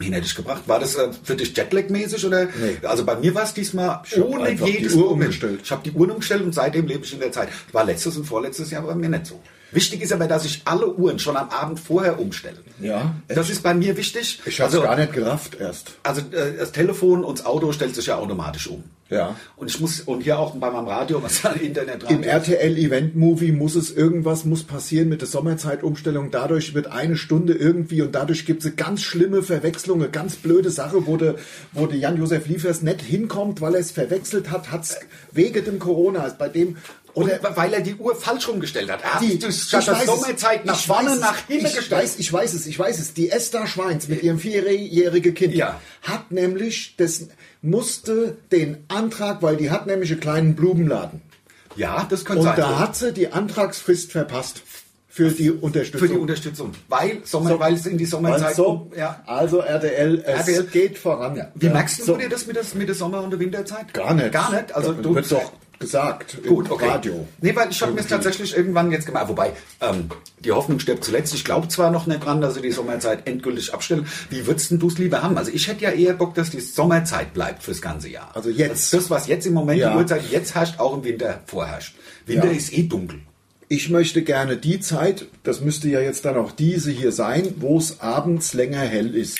A: hinter dich gebracht? War das äh, für dich Jetlag-mäßig oder?
B: Nee.
A: Also bei mir war es diesmal
B: hab
A: ohne
B: einfach die
A: jedes
B: Uhr
A: Problem.
B: umgestellt.
A: Ich habe die Uhren umgestellt und seitdem lebe ich in der Zeit. War letztes und vorletztes Jahr bei mir nicht so. Wichtig ist aber, dass ich alle Uhren schon am Abend vorher umstelle.
B: Ja,
A: Das ist bei mir wichtig.
B: Ich habe es gar nicht gerafft erst.
A: Also äh, das Telefon und das Auto stellt sich ja automatisch um.
B: Ja.
A: Und ich muss und hier auch bei meinem Radio, was da Internet
B: Im RTL-Event-Movie muss es irgendwas muss passieren mit der Sommerzeitumstellung. Dadurch wird eine Stunde irgendwie und dadurch gibt es ganz schlimme Verwechslungen, eine ganz blöde Sache, wo der wo de Jan-Josef Liefers nicht hinkommt, weil er es verwechselt hat, hat es wegen dem Corona, ist bei dem... Oder
A: Oder weil er die Uhr falsch rumgestellt hat. Er hat die,
B: die,
A: die, Sommerzeit nach
B: ich
A: vorne,
B: weiß es,
A: nach hinten
B: ich
A: gestellt.
B: weiß, ich weiß es, ich weiß es. Die Esther Schweins mit ihrem vierjährigen Kind
A: Ja.
B: hat nämlich, das musste den Antrag, weil die hat nämlich einen kleinen Blumenladen.
A: Ja, das könnte
B: Und
A: sein.
B: da hat sie die Antragsfrist verpasst für die Unterstützung.
A: für die Unterstützung. Weil, Sommer, weil es in die Sommerzeit um-
B: also,
A: ja.
B: also RTL, es
A: RTL.
B: geht voran.
A: Wie
B: Ja.
A: merkst du
B: So.
A: dir das mit, das mit der Sommer- und der Winterzeit?
B: Gar nicht.
A: Gar nicht? Also
B: da
A: du
B: wird doch gesagt
A: Gut,
B: im
A: okay.
B: Radio.
A: Nee, weil ich habe mir tatsächlich irgendwann jetzt gemacht. Wobei, ähm, die Hoffnung stirbt zuletzt. Ich glaube zwar noch nicht dran, dass sie die Sommerzeit endgültig abstellen. Wie würdest denn du es lieber haben? Also ich hätte ja eher Bock, dass die Sommerzeit bleibt fürs ganze Jahr.
B: Also jetzt.
A: Das, das was jetzt im Moment
B: Ja.
A: die Uhrzeit jetzt herrscht, auch im Winter vorherrscht. Winter
B: Ja.
A: ist eh dunkel.
B: Ich möchte gerne die Zeit, das müsste ja jetzt dann auch diese hier sein, wo es abends länger hell ist.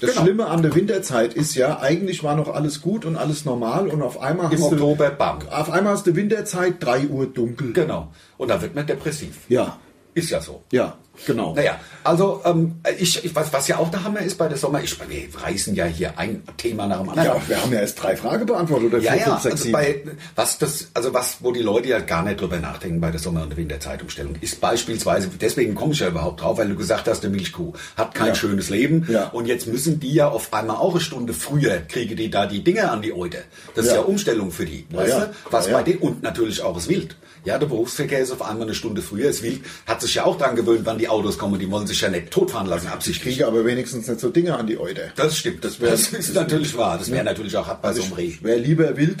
B: Das
A: Genau.
B: Schlimme an der Winterzeit ist ja, eigentlich war noch alles gut und alles normal und auf einmal
A: Im
B: hast
A: Oktober,
B: du,
A: bam.
B: auf einmal hast du Winterzeit, 3 Uhr dunkel.
A: Genau. Und da wird man depressiv.
B: Ja,
A: Ist ja so.
B: ja, genau.
A: Naja, also ähm, ich, ich, was, was ja auch der Hammer ist bei der Sommer, ich, wir reißen ja hier ein Thema nach dem anderen.
B: Ja, wir haben ja erst drei Fragen beantwortet oder
A: Ja,
B: vier,
A: ja,
B: fünf, sechs,
A: also
B: sieben.
A: bei, was das, also was, wo die Leute ja gar nicht drüber nachdenken bei der Sommer- und Winterzeitumstellung, ist beispielsweise, deswegen komme ich ja überhaupt drauf, weil du gesagt hast, eine Milchkuh hat kein
B: Ja.
A: schönes Leben
B: Ja.
A: und jetzt müssen die ja auf einmal auch eine Stunde früher kriegen die da die Dinger an die Eute. Das ist
B: Ja.
A: ja Umstellung für die, weißt
B: ja.
A: du? Was
B: Ja, ja.
A: bei den, und natürlich auch das Wild. Ja, der Berufsverkehr ist auf einmal eine Stunde früher. Das Wild hat sich ja auch dran gewöhnt, wann die Autos kommen. Die wollen sich ja nicht totfahren lassen, absichtlich.
B: kriege aber wenigstens nicht so Dinge an die Euter.
A: Das stimmt, das,
B: wär-
A: das ist natürlich wahr. Das wäre natürlich auch hart bei
B: Also
A: so einem Reh.
B: Wer lieber wild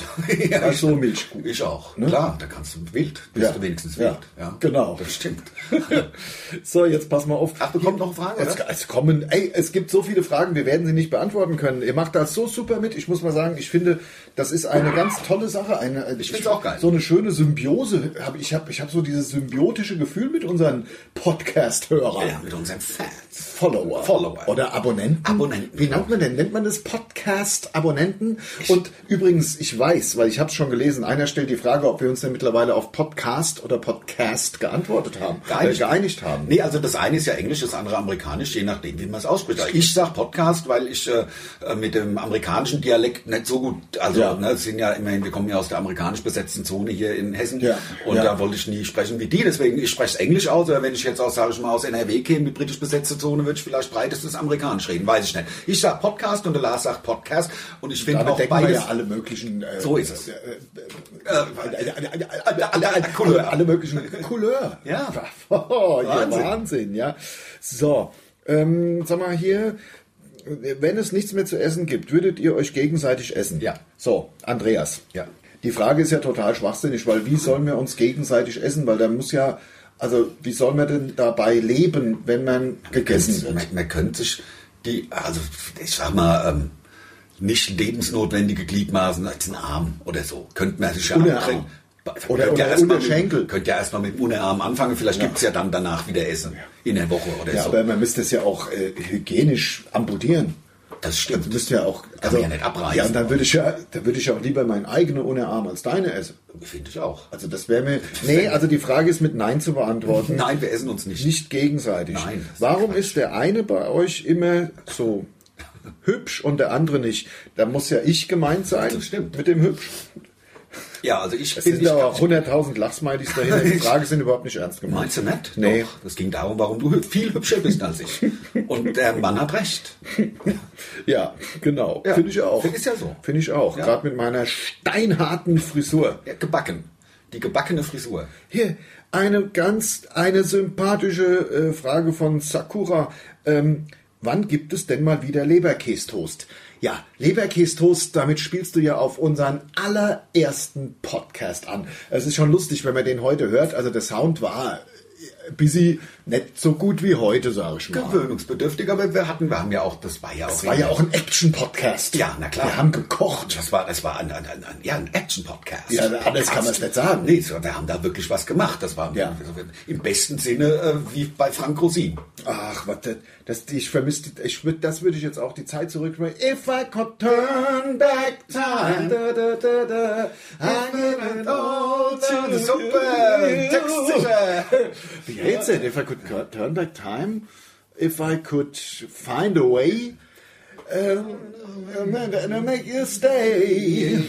B: als so Milchkuh.
A: Ich auch. Klar, da kannst du wild. Bist
B: Ne? Ja.
A: du wenigstens
B: Ja.
A: wild. Ja.
B: Genau.
A: Das stimmt.
B: So, jetzt pass mal auf.
A: Ach, da kommt noch eine Frage,
B: Es,
A: oder?
B: es kommen, ey, es gibt so viele Fragen, wir werden sie nicht beantworten können. Ihr macht das so super mit. Ich muss mal sagen, ich finde, das ist eine ganz tolle Sache. Eine, äh, ich
A: find's auch geil.
B: So eine schöne Symbiose. Hab, ich habe ich hab so dieses symbiotische Gefühl mit unseren Podcast-Hörer.
A: Ja, mit unseren Fans.
B: Follower.
A: Follower.
B: Oder Abonnenten.
A: Abonnenten. genau.
B: Wie nennt man denn? Nennt man das Podcast-Abonnenten? Und übrigens, ich weiß, weil ich habe es schon gelesen, einer stellt die Frage, ob wir uns denn mittlerweile auf Podcast oder Podcast geantwortet haben.
A: Geeinigt.
B: Äh, geeinigt haben.
A: Nee, also das eine ist ja Englisch, das andere amerikanisch, je nachdem, wie man es ausspricht. Also Ich sag Podcast, weil ich äh, äh, mit dem amerikanischen Dialekt nicht so gut, also
B: Ja.
A: ne, es sind ja immerhin, wir kommen ja aus der amerikanisch besetzten Zone hier in Hessen
B: Ja.
A: und
B: Ja.
A: da wollte ich nie sprechen wie die, deswegen ich spreche Englisch aus, aber wenn ich jetzt aus, sage ich mal, aus NRW käme, mit britisch besetzter Zone, würde ich vielleicht breitestes amerikanisch reden, weiß ich nicht. Ich sag Podcast und der Lars sagt Podcast und ich finde
B: Damit
A: auch
B: decken wir
A: beides...
B: ja alle möglichen. Äh,
A: So ist es.
B: Äh, äh, äh, äh, äh, äh,
A: Couleur.
B: Alle möglichen Couleur.
A: Ja.
B: Oh, ja,
A: Wahnsinn.
B: Wahnsinn, ja. So, ähm, sag mal hier, wenn es nichts mehr zu essen gibt, würdet ihr euch gegenseitig essen?
A: Ja.
B: So, Andreas.
A: Ja.
B: Die Frage ist ja total schwachsinnig, weil wie sollen wir uns gegenseitig essen? Weil da muss ja, also wie soll man denn dabei leben, wenn man gegessen
A: man,
B: wird?
A: man könnte sich die, also ich sag mal, ähm, nicht lebensnotwendige Gliedmaßen als einen Arm oder so, könnte man sich ja
B: Unterarm.
A: anbringen.
B: Oder-
A: Könnt
B: oder
A: erst mal
B: Unterschenkel.
A: Mit, könnt ja erstmal mit dem Unterarm anfangen, vielleicht gibt's ja dann danach wieder Essen in der Woche oder
B: Ja,
A: so.
B: aber man müsste es ja auch äh, hygienisch amputieren.
A: das
B: Das
A: stimmt.
B: müsste ja auch. also
A: man ja nicht abreißen.
B: Ja, und dann würde ich ja, dann würde ich auch lieber meinen eigenen ohne Arm als deine essen.
A: Finde ich auch.
B: Also das wäre mir. Nee, also die Frage ist mit Nein zu beantworten.
A: Nein, wir essen uns nicht.
B: Nicht gegenseitig.
A: Nein, das ist
B: Warum ist der eine bei euch immer so hübsch und der andere nicht? Da muss ja ich gemeint sein
A: Das stimmt.
B: mit dem hübsch.
A: Ja, also ich
B: Es sind
A: nicht
B: aber
A: ganz-
B: auch 100.000 Lachsmilies dahinter. Die Frage sind überhaupt nicht ernst gemeint.
A: Meinst du nicht?
B: Nee.
A: Doch, das ging darum, warum du hü- viel hübscher bist als ich. Und der Mann hat recht.
B: Ja, genau.
A: Ja.
B: Finde ich auch.
A: Ist ja so.
B: Finde ich auch.
A: Ja.
B: Gerade mit meiner steinharten Frisur.
A: Ja, gebacken. Die gebackene Frisur.
B: Hier, eine ganz, eine sympathische äh, Frage von Sakura. Ähm, wann gibt es denn mal wieder Leberkästoast? Ja, Leberkästoast, damit spielst du ja auf unseren allerersten Podcast an. Es ist schon lustig, wenn man den heute hört. Also der Sound war äh, busy, nicht so gut wie heute, sage ich mal.
A: gewöhnungsbedürftig, aber wir hatten, wir haben ja auch, das war ja auch,
B: Es war ja auch ein Action-Podcast.
A: Ja, na klar.
B: Wir haben gekocht.
A: das war, das war ein, ein, ein, ein, ja, ein Action-Podcast.
B: Ja, anders kann man's nicht sagen.
A: Nee, so, wir haben da wirklich was gemacht. Das war also,
B: Ja.
A: im besten Sinne äh, wie bei Frank Rosin.
B: Ach, was das, das ich vermisse, ich würd, das würde ich jetzt auch die Zeit zurückbringen. If I could turn back time, da, da, da, da, I give it all to the super,
A: Textsicher.
B: Wie geht's denn? If I could cu- turn back time, if I could find a way, um, and make you stay.
A: Äh,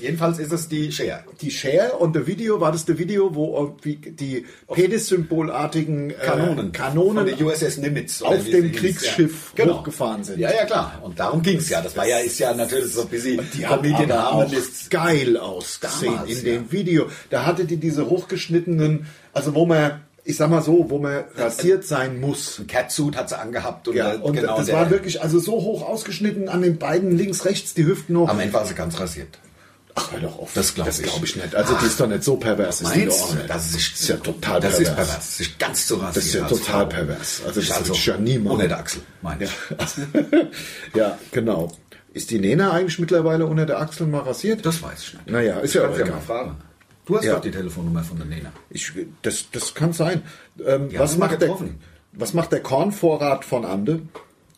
A: jedenfalls ist es die Share.
B: Die Share und der Video, war das der Video, wo irgendwie die Penis-symbolartigen äh,
A: Kanonen.
B: Kanonen
A: Von der USS Nimitz. oder
B: auf
A: wie
B: dem
A: sie hieß,
B: Kriegsschiff
A: ja. genau.
B: hochgefahren sind.
A: Ja, ja, klar. Und darum ging's ja. Das war ja, ist ja natürlich so ein bisschen
B: Die haben aber auch geil ausgesehen
A: Damals,
B: in dem
A: ja.
B: Video. Da hatte die diese hochgeschnittenen, also wo man, ich sag mal so, wo man rasiert sein muss.
A: Catsuit hat sie angehabt. Und,
B: Ja,
A: äh,
B: und
A: genau
B: das
A: der-
B: war wirklich also so hoch ausgeschnitten an den beiden links, rechts, die Hüften hoch.
A: Am Ende war sie ganz rasiert.
B: Ach, hör doch auf.
A: Das glaub ich.
B: glaub nicht. Also die ist doch nicht so pervers. Ist die
A: Meinst
B: doch auch
A: du?
B: nicht.
A: Das ist,
B: Das ist ja total
A: das
B: pervers.
A: Ist pervers. Das ist ganz zu rasieren.
B: Das ist ja
A: als
B: total
A: Frau.
B: pervers. Also das
A: also
B: ist ja niemand.
A: Ohne der Achsel, meine ich.
B: ja, genau. Ist die Nena eigentlich mittlerweile unter der Achsel mal rasiert?
A: Das weiß ich nicht.
B: Naja, ist
A: Ich
B: ja
A: kann's
B: auch
A: ja
B: egal.
A: mal fragen. Du hast
B: Ja.
A: doch die Telefonnummer von der Nena.
B: Ich, das, das kann sein. Ähm,
A: Ja,
B: was,
A: haben wir
B: macht der,
A: getroffen.
B: was macht der Kornvorrat von Ande?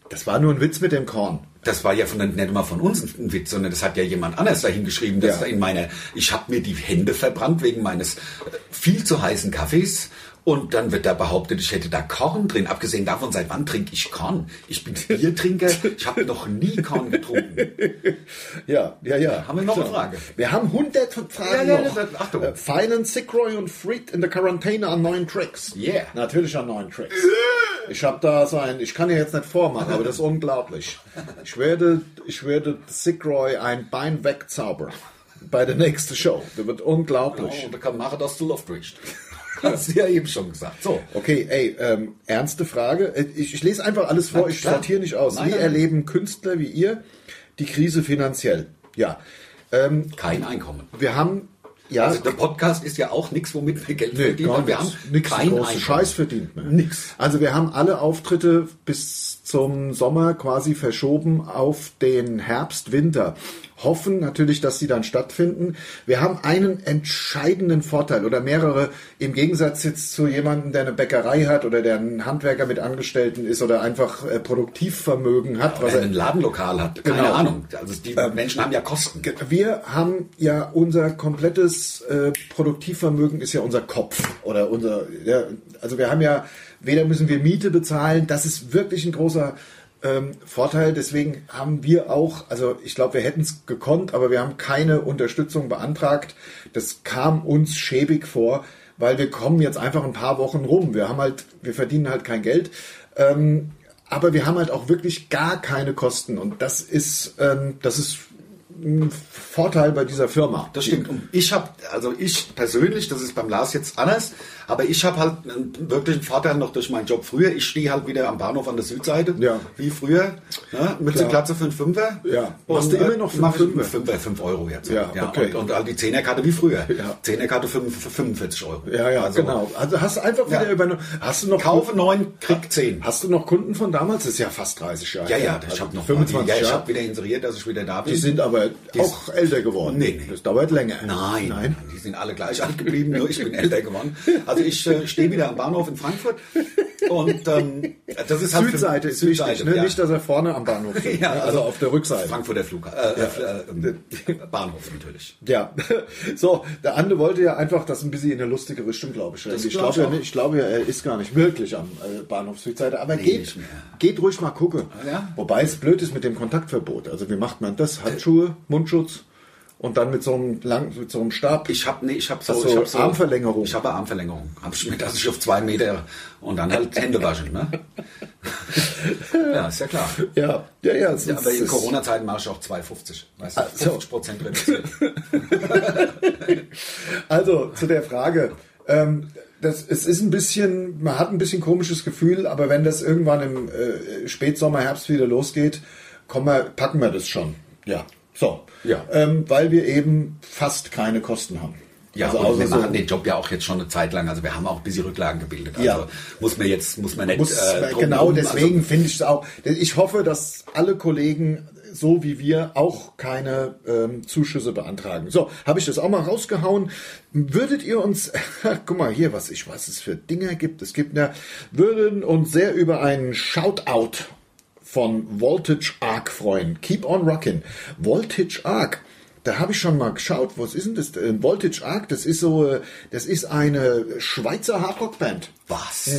B: Das war nur ein Witz mit dem Korn.
A: Das war ja von, der- nicht mal von uns ein Witz, sondern das hat ja jemand anders dahin geschrieben. Dass
B: Ja.
A: in meiner, ich habe mir die Hände verbrannt wegen meines äh, viel zu heißen Kaffees. Und dann wird da behauptet, ich hätte da Korn drin. Abgesehen davon, seit wann trinke ich Korn? Ich bin Biertrinker. Ich habe noch nie Korn getrunken.
B: Ja, ja, ja.
A: Haben wir noch eine Frage?
B: Wir haben hundert von Fragen
A: Ja, ja, ja,
B: noch.
A: das- Achtung.
B: Äh, Feinen Sickroy und Fried in der Quarantäne an neuen Tricks.
A: Yeah.
B: Natürlich an neuen Tricks. Ich habe da sein, ich kann ja jetzt nicht vormachen, aber das ist unglaublich. Ich werde, ich werde Sickroy ein Bein wegzaubern bei der nächsten Show. Das wird unglaublich.
A: Und Oh, kann machen, dass du Luft kriegst. Hast du ja eben schon gesagt. So.
B: Okay, ey, ähm, ernste Frage. Äh, Ich, ich lese einfach alles vor,
A: Na
B: ich
A: klar.
B: sortiere nicht aus.
A: Nein,
B: wie
A: nein.
B: erleben Künstler wie ihr die Krise finanziell? Ja. Ähm,
A: Kein Einkommen.
B: wir haben Ja.
A: Also der Podcast ist ja auch nichts, womit wir Geld
B: Nee,
A: verdienen.
B: gar
A: und Wir haben
B: nichts. Nix
A: keinen
B: großen
A: Einkommen.
B: Scheiß verdient mehr.
A: Nix.
B: Also wir haben alle Auftritte bis zum Sommer quasi verschoben auf den Herbst, Winter. Hoffen natürlich, dass sie dann stattfinden. Wir haben einen entscheidenden Vorteil oder mehrere im Gegensatz jetzt zu jemandem, der eine Bäckerei hat oder der ein Handwerker mit Angestellten ist oder einfach äh, Produktivvermögen hat. was
A: Wer
B: er-
A: ein Ladenlokal hat, keine
B: Genau.
A: Ahnung. Also die Menschen haben ja Kosten.
B: wir haben ja unser komplettes äh, Produktivvermögen ist ja unser Kopf oder unser ja, also wir haben ja weder müssen wir Miete bezahlen, das ist wirklich ein großer ähm, Vorteil. Deswegen haben wir auch, also ich glaube, wir hätten es gekonnt, aber wir haben keine Unterstützung beantragt. Das kam uns schäbig vor, weil wir kommen jetzt einfach ein paar Wochen rum. Wir haben halt, wir verdienen halt kein Geld. Ähm, aber wir haben halt auch wirklich gar keine Kosten und das ist, ähm, das ist ein Vorteil bei dieser Firma.
A: Das stimmt. Und ich habe, also ich persönlich, das ist beim Lars jetzt anders, aber ich habe halt einen wirklichen Vorteil noch durch meinen Job früher. Ich stehe halt wieder am Bahnhof an der Südseite,
B: Ja.
A: wie früher. Ne? Mütze, Glatze, 5 Fünfer. äh,
B: Ja. Machst du immer noch fünf
A: mach ich
B: Fünfer?
A: 5 5 Euro jetzt.
B: Ja, okay.
A: und, und halt die Zehnerkarte wie früher.
B: Ja.
A: Zehnerkarte 5 45 Euro.
B: Ja, ja,
A: Also,
B: genau. Also hast du einfach wieder
A: Ja.
B: übernommen. Hast du noch
A: Kaufe 9, krieg 10.
B: Hast du noch Kunden von damals? Das ist ja fast 30 Jahre.
A: Ja, ja,
B: her.
A: ich
B: Also
A: habe noch
B: 25
A: ja, ich
B: Jahre.
A: habe wieder inseriert, dass ich wieder da bin.
B: Die sind aber
A: Die
B: auch älter geworden.
A: Nee, nee.
B: Das dauert länger.
A: Nein,
B: Nein.
A: die sind alle gleich alt geblieben, nur ich bin älter geworden. Also ich äh, stehe wieder am Bahnhof in Frankfurt und ähm, das ist halt für-
B: Südseite ist wichtig, ne?
A: ja.
B: Nicht, dass er vorne am Bahnhof steht.
A: Ja,
B: ne? also auf der Rückseite.
A: Frankfurter Flughafen, äh, äh, äh, äh, Bahnhof natürlich.
B: Ja, so, der Ande wollte ja einfach das ein bisschen in eine lustige Richtung, glaube ich.
A: Das
B: ich
A: glaub
B: glaube,
A: ich
B: ja,
A: auch.
B: nicht- ich glaube, ja, er ist gar nicht wirklich am äh, Bahnhof Südseite, aber geht,
A: nicht mehr.
B: geht ruhig mal gucken.
A: Ja.
B: Wobei es blöd ist mit dem Kontaktverbot. Also, wie macht man das? Handschuhe, Mundschutz und dann mit so einem, lang, mit so einem Stab.
A: Ich habe nee, ich habe so,
B: Ach so,
A: ich hab so
B: Armverlängerung.
A: Ich habe Armverlängerung. Hab ich mir das ich auf zwei Meter und dann halt Hände waschen, ne? ja, ist ja klar.
B: ja, ja, ja. es
A: Ja,
B: ist-
A: aber in
B: es-
A: Corona-Zeiten mache ich auch 2,50. Weißt du,
B: Ach so.
A: 50 Prozent reduziert.
B: Also zu der Frage. Ähm, das, es ist ein bisschen, man hat ein bisschen komisches Gefühl, aber wenn das irgendwann im äh, Spätsommer, Herbst wieder losgeht, kommen wir, packen wir das schon. Ja. So.
A: Ja.
B: Ähm, weil wir eben fast keine Kosten haben.
A: Ja,
B: also
A: und
B: außer
A: wir
B: so,
A: machen den Job ja auch jetzt schon eine Zeit lang. Also wir haben auch ein bisschen Rücklagen gebildet. Also
B: Ja.
A: muss man jetzt, muss man nicht.
B: muss,
A: äh, drum
B: genau
A: rum.
B: deswegen finde ich es auch. Ich hoffe, dass alle Kollegen so wie wir auch keine ähm, Zuschüsse beantragen. So, habe ich das auch mal rausgehauen. Würdet ihr uns, guck mal hier, was ich was es für Dinger gibt. Es gibt ja, würden uns sehr über einen Shoutout von Voltage Arc freuen. Keep on rockin. Voltage Arc. Da habe ich schon mal geschaut, was ist denn das? Äh, Voltage Arc, das ist so, äh, das ist eine Schweizer Hardrock-Band.
A: was?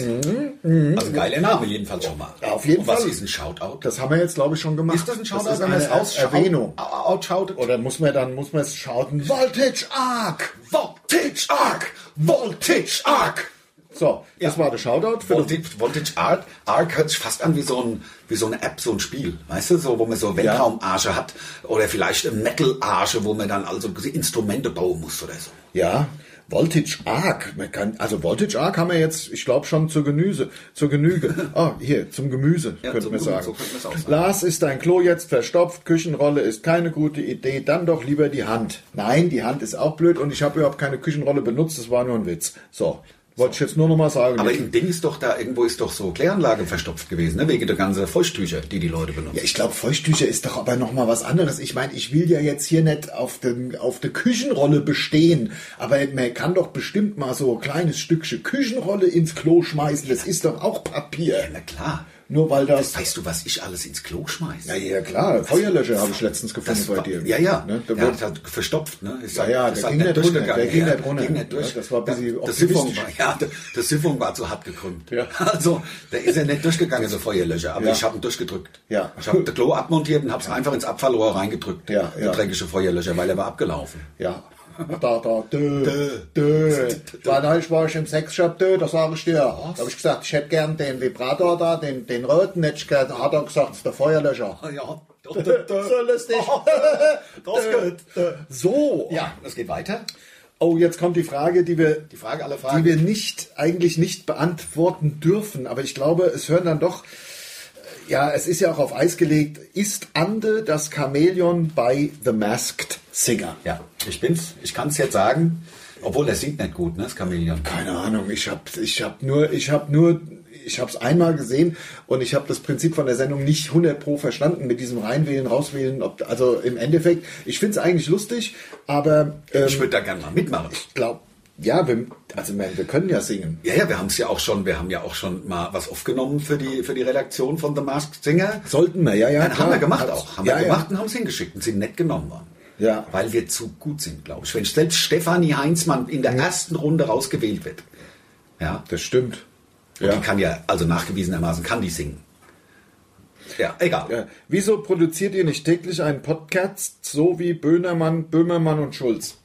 A: Also geiler Name jedenfalls schon mal.
B: Mhm, Auf jeden
A: und Was
B: Fall.
A: ist ein Shoutout?
B: Das haben wir jetzt, glaube ich, schon gemacht.
A: ist das ein Shoutout,
B: Das ist
A: wenn man
B: eine
A: es ausschau-
B: Erwähnung.
A: au- outshoutet?
B: Oder muss man dann, muss man es schauten, Voltage Arc!
A: Voltage Arc! Voltage Arc!
B: So, das war der Shoutout für
A: Voltage, Voltage Arc, Arc hört sich fast an wie so, ein, wie so eine App, so ein Spiel. Weißt du, so, wo man so Weltraumarsche hat. Oder vielleicht eine Metalarche, wo man dann also Instrumente bauen muss oder so.
B: Ja, Voltage Arc. Man kann, also Voltage Arc haben wir jetzt, ich glaube, schon zur Genüse, zur Genüge. Ah, hier, zum Gemüse,
A: Ja,
B: könnte
A: zum
B: man
A: Gemüse,
B: sagen.
A: so könnte man's auch sagen.
B: Lars, ist dein Klo jetzt verstopft? Küchenrolle ist keine gute Idee. Dann doch lieber die Hand. Nein, die Hand ist auch blöd und ich habe überhaupt keine Küchenrolle benutzt. Das war nur ein Witz. So, wollte ich jetzt nur noch mal sagen.
A: Aber im Ding ist doch da, irgendwo ist doch so Kläranlage verstopft gewesen, ne? wegen der ganzen Feuchttücher, die die Leute benutzen.
B: Ja, ich glaube, Feuchttücher ist doch aber noch mal was anderes. Ich meine, ich will ja jetzt hier nicht auf dem auf der Küchenrolle bestehen, aber man kann doch bestimmt mal so ein kleines Stückchen Küchenrolle ins Klo schmeißen. Das ist doch auch Papier.
A: Na klar.
B: Nur weil das
A: Weißt du, was ich alles ins Klo schmeiße?
B: ja, ja klar, Feuerlöscher habe ich letztens gefunden
A: Das
B: bei
A: war,
B: dir.
A: ja, ja.
B: Ne? Da
A: Der
B: wurde-
A: hat halt verstopft, ne? Ist
B: Ja, ja,
A: ist
B: der ging nicht runter,
A: durchgegangen,
B: der ging
A: ja.
B: nicht runter.
A: Ging nicht durch.
B: Ja, das war ein
A: Da-
B: bisschen
A: das Siphon war,
B: optimistisch.
A: ja, der- das Siphon war zu hart gekrümmt.
B: Ja.
A: Also, da ist er nicht durchgegangen, so Feuerlöscher. Aber
B: Ja.
A: ich habe ihn durchgedrückt.
B: Ja.
A: Ich habe das Klo abmontiert und habe es einfach ins Abfallrohr reingedrückt.
B: Ja,
A: Der
B: ja.
A: dreckige Feuerlöscher, weil er war abgelaufen.
B: ja. Da, da, dö, dö. War neulich war ich im Sexshop, dö, da sage ich dir. Da habe ich gesagt, ich hätte gern den Vibrator da, den, den roten, hätte ich gern. Da hat er gesagt, es ist der Feuerlöscher.
A: Ja.
B: So lustig.
A: Das geht.
B: So.
A: Ja, das geht weiter.
B: Oh, jetzt kommt die Frage, die wir,
A: Die Frage aller
B: die
A: Fragen.
B: wir nicht, eigentlich nicht beantworten dürfen. Aber ich glaube, es hören dann doch, äh, ja, es ist ja auch auf Eis gelegt. Ist Ande das Chamäleon bei The Masked? Singer.
A: Ja, ich bin's. Ich kann's jetzt sagen. Obwohl, der singt nicht gut, ne, das Chamäleon.
B: Keine Ahnung, ich habe ich hab nur, ich habe nur, ich habe es einmal gesehen und ich habe das Prinzip von der Sendung nicht 100 pro verstanden mit diesem reinwählen, rauswählen. Ob, also im Endeffekt, ich find's eigentlich lustig, aber ähm,
A: Ich würde da gerne mal mitmachen.
B: glaub, ja, wir, also wir, wir können ja singen.
A: Ja, ja, wir haben's ja auch schon, wir haben ja auch schon mal was aufgenommen für die, für die Redaktion von The Masked Singer.
B: Sollten wir, ja, ja.
A: Nein,
B: klar.
A: haben wir gemacht
B: Hat's-
A: auch. Haben
B: ja,
A: wir
B: ja.
A: gemacht und haben es hingeschickt und sind nett genommen worden.
B: Ja.
A: Weil wir zu gut sind, glaube ich. Wenn selbst Stefanie Heinzmann in der ersten Runde rausgewählt wird, ja,
B: Das stimmt.
A: und die kann ja, also nachgewiesenermaßen kann die singen. Ja, egal.
B: Ja. Wieso produziert ihr nicht täglich einen Podcast so wie Böhmermann, Böhmermann und Schulz?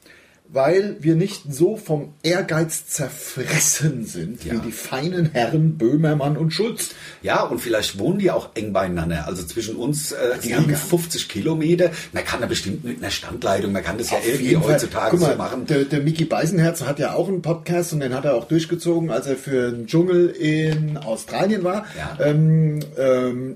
B: Weil wir nicht so vom Ehrgeiz zerfressen sind
A: Ja.
B: wie die feinen Herren Böhmermann und Schulz.
A: Ja, und vielleicht wohnen die auch eng beieinander. Also zwischen uns äh,
B: die haben
A: liegen
B: gar-
A: 50 Kilometer. Man kann da bestimmt mit einer Standleitung, man kann das ja irgendwie
B: jeden Fall.
A: heutzutage
B: Guck mal,
A: so machen.
B: Der, der Mickey Beisenherz hat ja auch einen Podcast und den hat er auch durchgezogen, als er für den Dschungel in Australien war.
A: Ja.
B: Ähm, ähm, äh,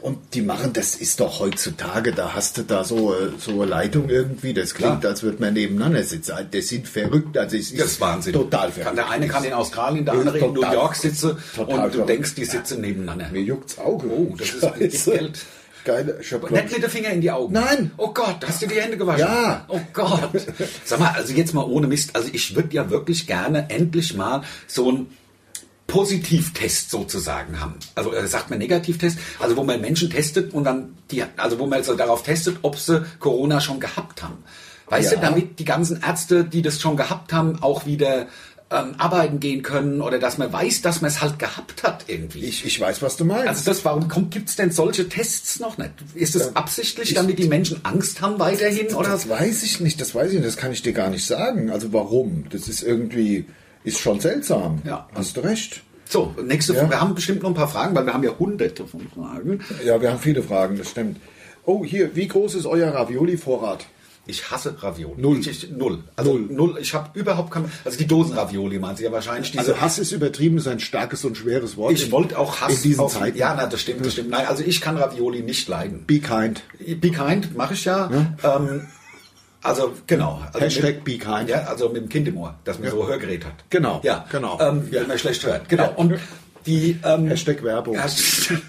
B: und die machen, das ist doch heutzutage, da hast du da so, äh, so eine Leitung irgendwie, das klingt,
A: Klar.
B: als würde man nebeneinander sitzen. Das sind verrückt, also es ist
A: Das ist Wahnsinn.
B: total verrückt.
A: kann, der eine kann in Australien, der
B: Ist
A: andere in New
B: total-
A: York sitzen und
B: total
A: du
B: verrückt.
A: denkst, die sitzen nebeneinander.
B: Mir juckt's Auge.
A: Oh, das ist- gibt
B: Scheiße.
A: Geld.
B: Geil, ich hab
A: Nicht mit den Finger in die Augen.
B: Nein.
A: Oh Gott, hast du die Hände gewaschen?
B: Ja.
A: Oh Gott. Sag mal, also jetzt mal ohne Mist. Also ich würde ja wirklich gerne endlich mal so einen Positivtest sozusagen haben. Also äh, sagt man Negativtest, also wo man Menschen testet und dann die, also wo man so darauf testet, ob sie Corona schon gehabt haben. Weißt
B: Ja.
A: du, damit die ganzen Ärzte, die das schon gehabt haben, auch wieder ähm, arbeiten gehen können oder dass man weiß, dass man es halt gehabt hat irgendwie.
B: ich, ich weiß, was du meinst.
A: Also das, warum gibt es denn solche Tests noch nicht? Ist das absichtlich, damit die Menschen Angst haben weiterhin? Oder?
B: Das weiß ich nicht, das weiß ich nicht, das kann ich dir gar nicht sagen. Also warum? Das ist irgendwie, ist schon seltsam.
A: Ja.
B: Hast du recht.
A: So, nächste
B: Ja.
A: Frage. Wir haben bestimmt noch ein paar Fragen, weil wir haben ja hunderte von Fragen.
B: Ja, wir haben viele Fragen, das stimmt. Oh, hier, wie groß ist euer Ravioli-Vorrat?
A: Ich hasse Ravioli.
B: Null.
A: Ich, ich, null. Also null. Ich habe überhaupt keine... Also die Dosen-Ravioli meint sie ja wahrscheinlich. Diese,
B: Also Hass ist übertrieben, ist ein starkes und schweres Wort.
A: ich wollte auch Hass...
B: In diesen
A: auf,
B: Zeiten.
A: Ja, na, das stimmt, das stimmt. Nein, also ich kann Ravioli nicht leiden.
B: Be kind.
A: Be kind mache ich ja. Ähm, also genau. Also
B: Hashtag be kind.
A: Ja, also mit dem Kind im Ohr, dass man so ein Hörgerät hat.
B: Genau,
A: Ja,
B: genau.
A: Ähm,
B: Ja.
A: Wenn man schlecht hört. Genau. Und die ähm,
B: Hashtag Werbung.
A: Hashtag-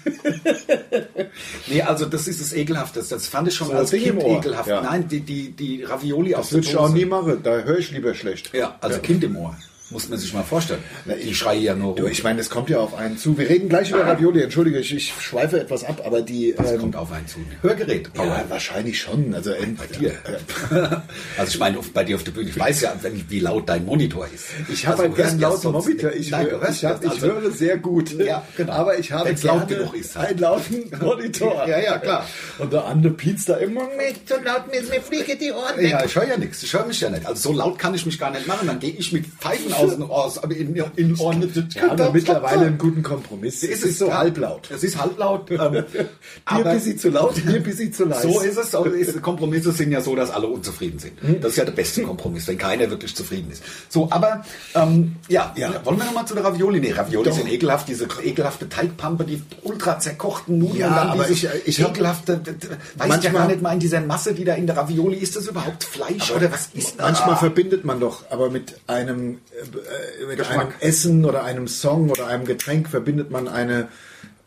A: nee, also das ist das Ekelhafteste. Das fand ich schon
B: So
A: als
B: ein Ding
A: Kind
B: im Ohr.
A: ekelhaft.
B: Ja.
A: Nein, die, die, die Ravioli aus
B: Das
A: der
B: würde ich auch
A: Dose.
B: nie machen, da höre ich lieber schlecht.
A: Ja, also Kind im Ohr. Muss man sich mal vorstellen. Die schreie ja nur
B: Du,
A: rum.
B: ich meine, es kommt ja auf einen zu. Wir reden gleich über Ravioli, entschuldige, ich, ich schweife etwas ab, aber die...
A: Das
B: ähm,
A: kommt auf einen zu. Hörgerät.
B: ja, wahrscheinlich schon. Also bei
A: dir. also ich meine, auf- bei dir auf der Bühne, ich weiß ja, wenn- wie laut dein Monitor ist.
B: Ich habe
A: also
B: einen ganz lauten Monitor.
A: Ich,
B: Ich,
A: Nein,
B: höre,
A: du hörst
B: ich, hab,
A: das.
B: ich
A: Also-
B: höre sehr gut.
A: Ja, genau.
B: Aber ich habe
A: Wenn's laut
B: gerne
A: genug ist halt.
B: einen lauten Monitor.
A: Ja, ja, klar.
B: Und der andere piepst da immer mit.
C: Nicht so laut, mir, mir fliegen die Ohren weg.
A: Ja, ich höre ja nichts. Ich höre mich ja nicht. Also so laut kann ich mich gar nicht machen. Dann gehe ich mit Pfeifen aus dem Ohr. Aber in, in Ohren.
B: Wir haben doch mittlerweile einen guten Kompromiss.
A: Es
B: es ist so
A: klar.
B: halblaut.
A: Es ist halblaut. Ähm,
B: Hier
A: aber
B: ein bisschen zu laut, hier ein bisschen zu leise.
A: So ist es. So ist, Kompromisse sind ja so, dass alle unzufrieden sind.
B: Hm.
A: Das ist ja der beste Kompromiss, wenn keiner wirklich zufrieden ist. So, aber ähm, ja,
B: Ja.
A: wollen wir nochmal zu der Ravioli? Nee, Ravioli
B: Doch.
A: sind ekelhaft. Diese ekelhafte Teigpampe, die ultra zerkochten Nudeln.
B: Ja,
A: und dann
B: aber
A: diese
B: ich- ich hab-
A: ekelhafte... Weiß ich ja
B: Manchmal-
A: gar nicht mal in dieser Masse, die da in der Ravioli ist. das überhaupt Fleisch oder was ist das?
B: Manchmal verbindet man doch, aber mit einem, äh, mit einem Essen oder einem Song oder einem Getränk verbindet man eine,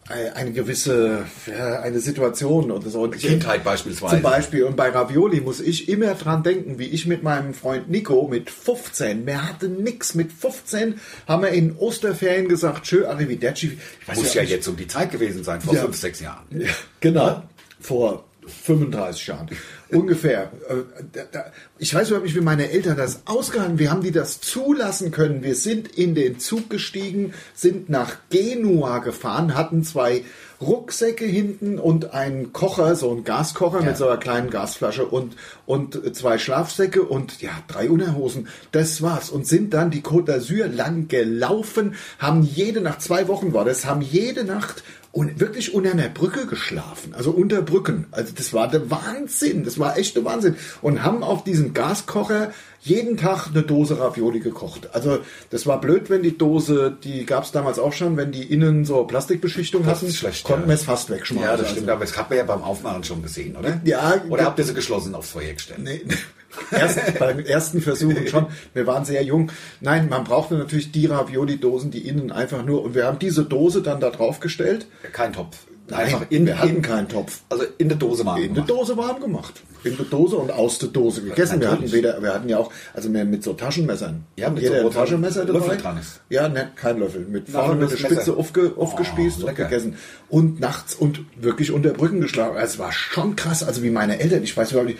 B: eine eine gewisse ja, eine Situation und so. Und ich-
A: Kindheit beispielsweise.
B: Zum Beispiel. Und bei Ravioli muss ich immer dran denken, wie ich mit meinem Freund Nico mit 15, mehr hatte nix mit 15, haben wir in Osterferien gesagt, tschö, arrivederci. Ich weiß
A: Muss ja
B: nicht,
A: jetzt um die Zeit gewesen sein, vor
B: Ja.
A: fünf, sechs Jahren.
B: ja, genau. Vor 35 Jahren. Ungefähr. Äh, da- da- Ich weiß überhaupt nicht, wie meine Eltern das ausgehalten Wie haben die das zulassen können? Wir sind in den Zug gestiegen, sind nach Genua gefahren, hatten zwei Rucksäcke hinten und einen Kocher, so einen Gaskocher mit so einer kleinen Gasflasche und, und zwei Schlafsäcke und ja, drei Unterhosen. Das war's. Und sind dann die Côte d'Azur lang gelaufen, haben jede Nacht, zwei Wochen war das, haben jede Nacht und wirklich unter einer Brücke geschlafen, also unter Brücken. Also das war der Wahnsinn, das war echt der Wahnsinn. Und haben auf diesem Gaskocher jeden Tag eine Dose Ravioli gekocht. Also das war blöd, wenn die Dose, die gab es damals auch schon, wenn die innen so Plastikbeschichtung
A: Das
B: hatten,
A: ist schlecht,
B: konnten
A: ja.
B: wir es fast wegschmeißen.
A: Ja, das stimmt, aber das hat man ja beim Aufmachen schon gesehen, oder?
B: Ja,
A: Oder
B: ja.
A: habt ihr sie geschlossen aufs Feuer gestellt?
B: Nee. Erst, beim ersten Versuchen schon. Wir waren sehr jung. Nein, man brauchte natürlich die Ravioli-Dosen, die innen einfach nur. Und wir haben diese Dose dann da drauf gestellt.
A: Kein Topf.
B: Nein, wir hatten keinen Topf.
A: Also in der Dose waren
B: In der Dose warm gemacht. In der Dose und aus der Dose gegessen. Wir hatten
A: Natürlich.
B: weder, wir hatten ja auch, also mehr mit so Taschenmessern.
A: Ja, mit so,
B: Jeder
A: wo
B: ein Taschenmesser
A: dran-
B: dabei.
A: Löffel dran ist.
B: Ja, ne, kein Löffel. Mit
A: Na,
B: vorne
A: aber
B: mit der
A: das Messer.
B: Spitze aufge, aufgespießt und
A: Oh, lecker.
B: gegessen. Und nachts und wirklich unter Brücken geschlagen. Also Es war schon krass. Also wie meine Eltern, ich weiß überhaupt nicht,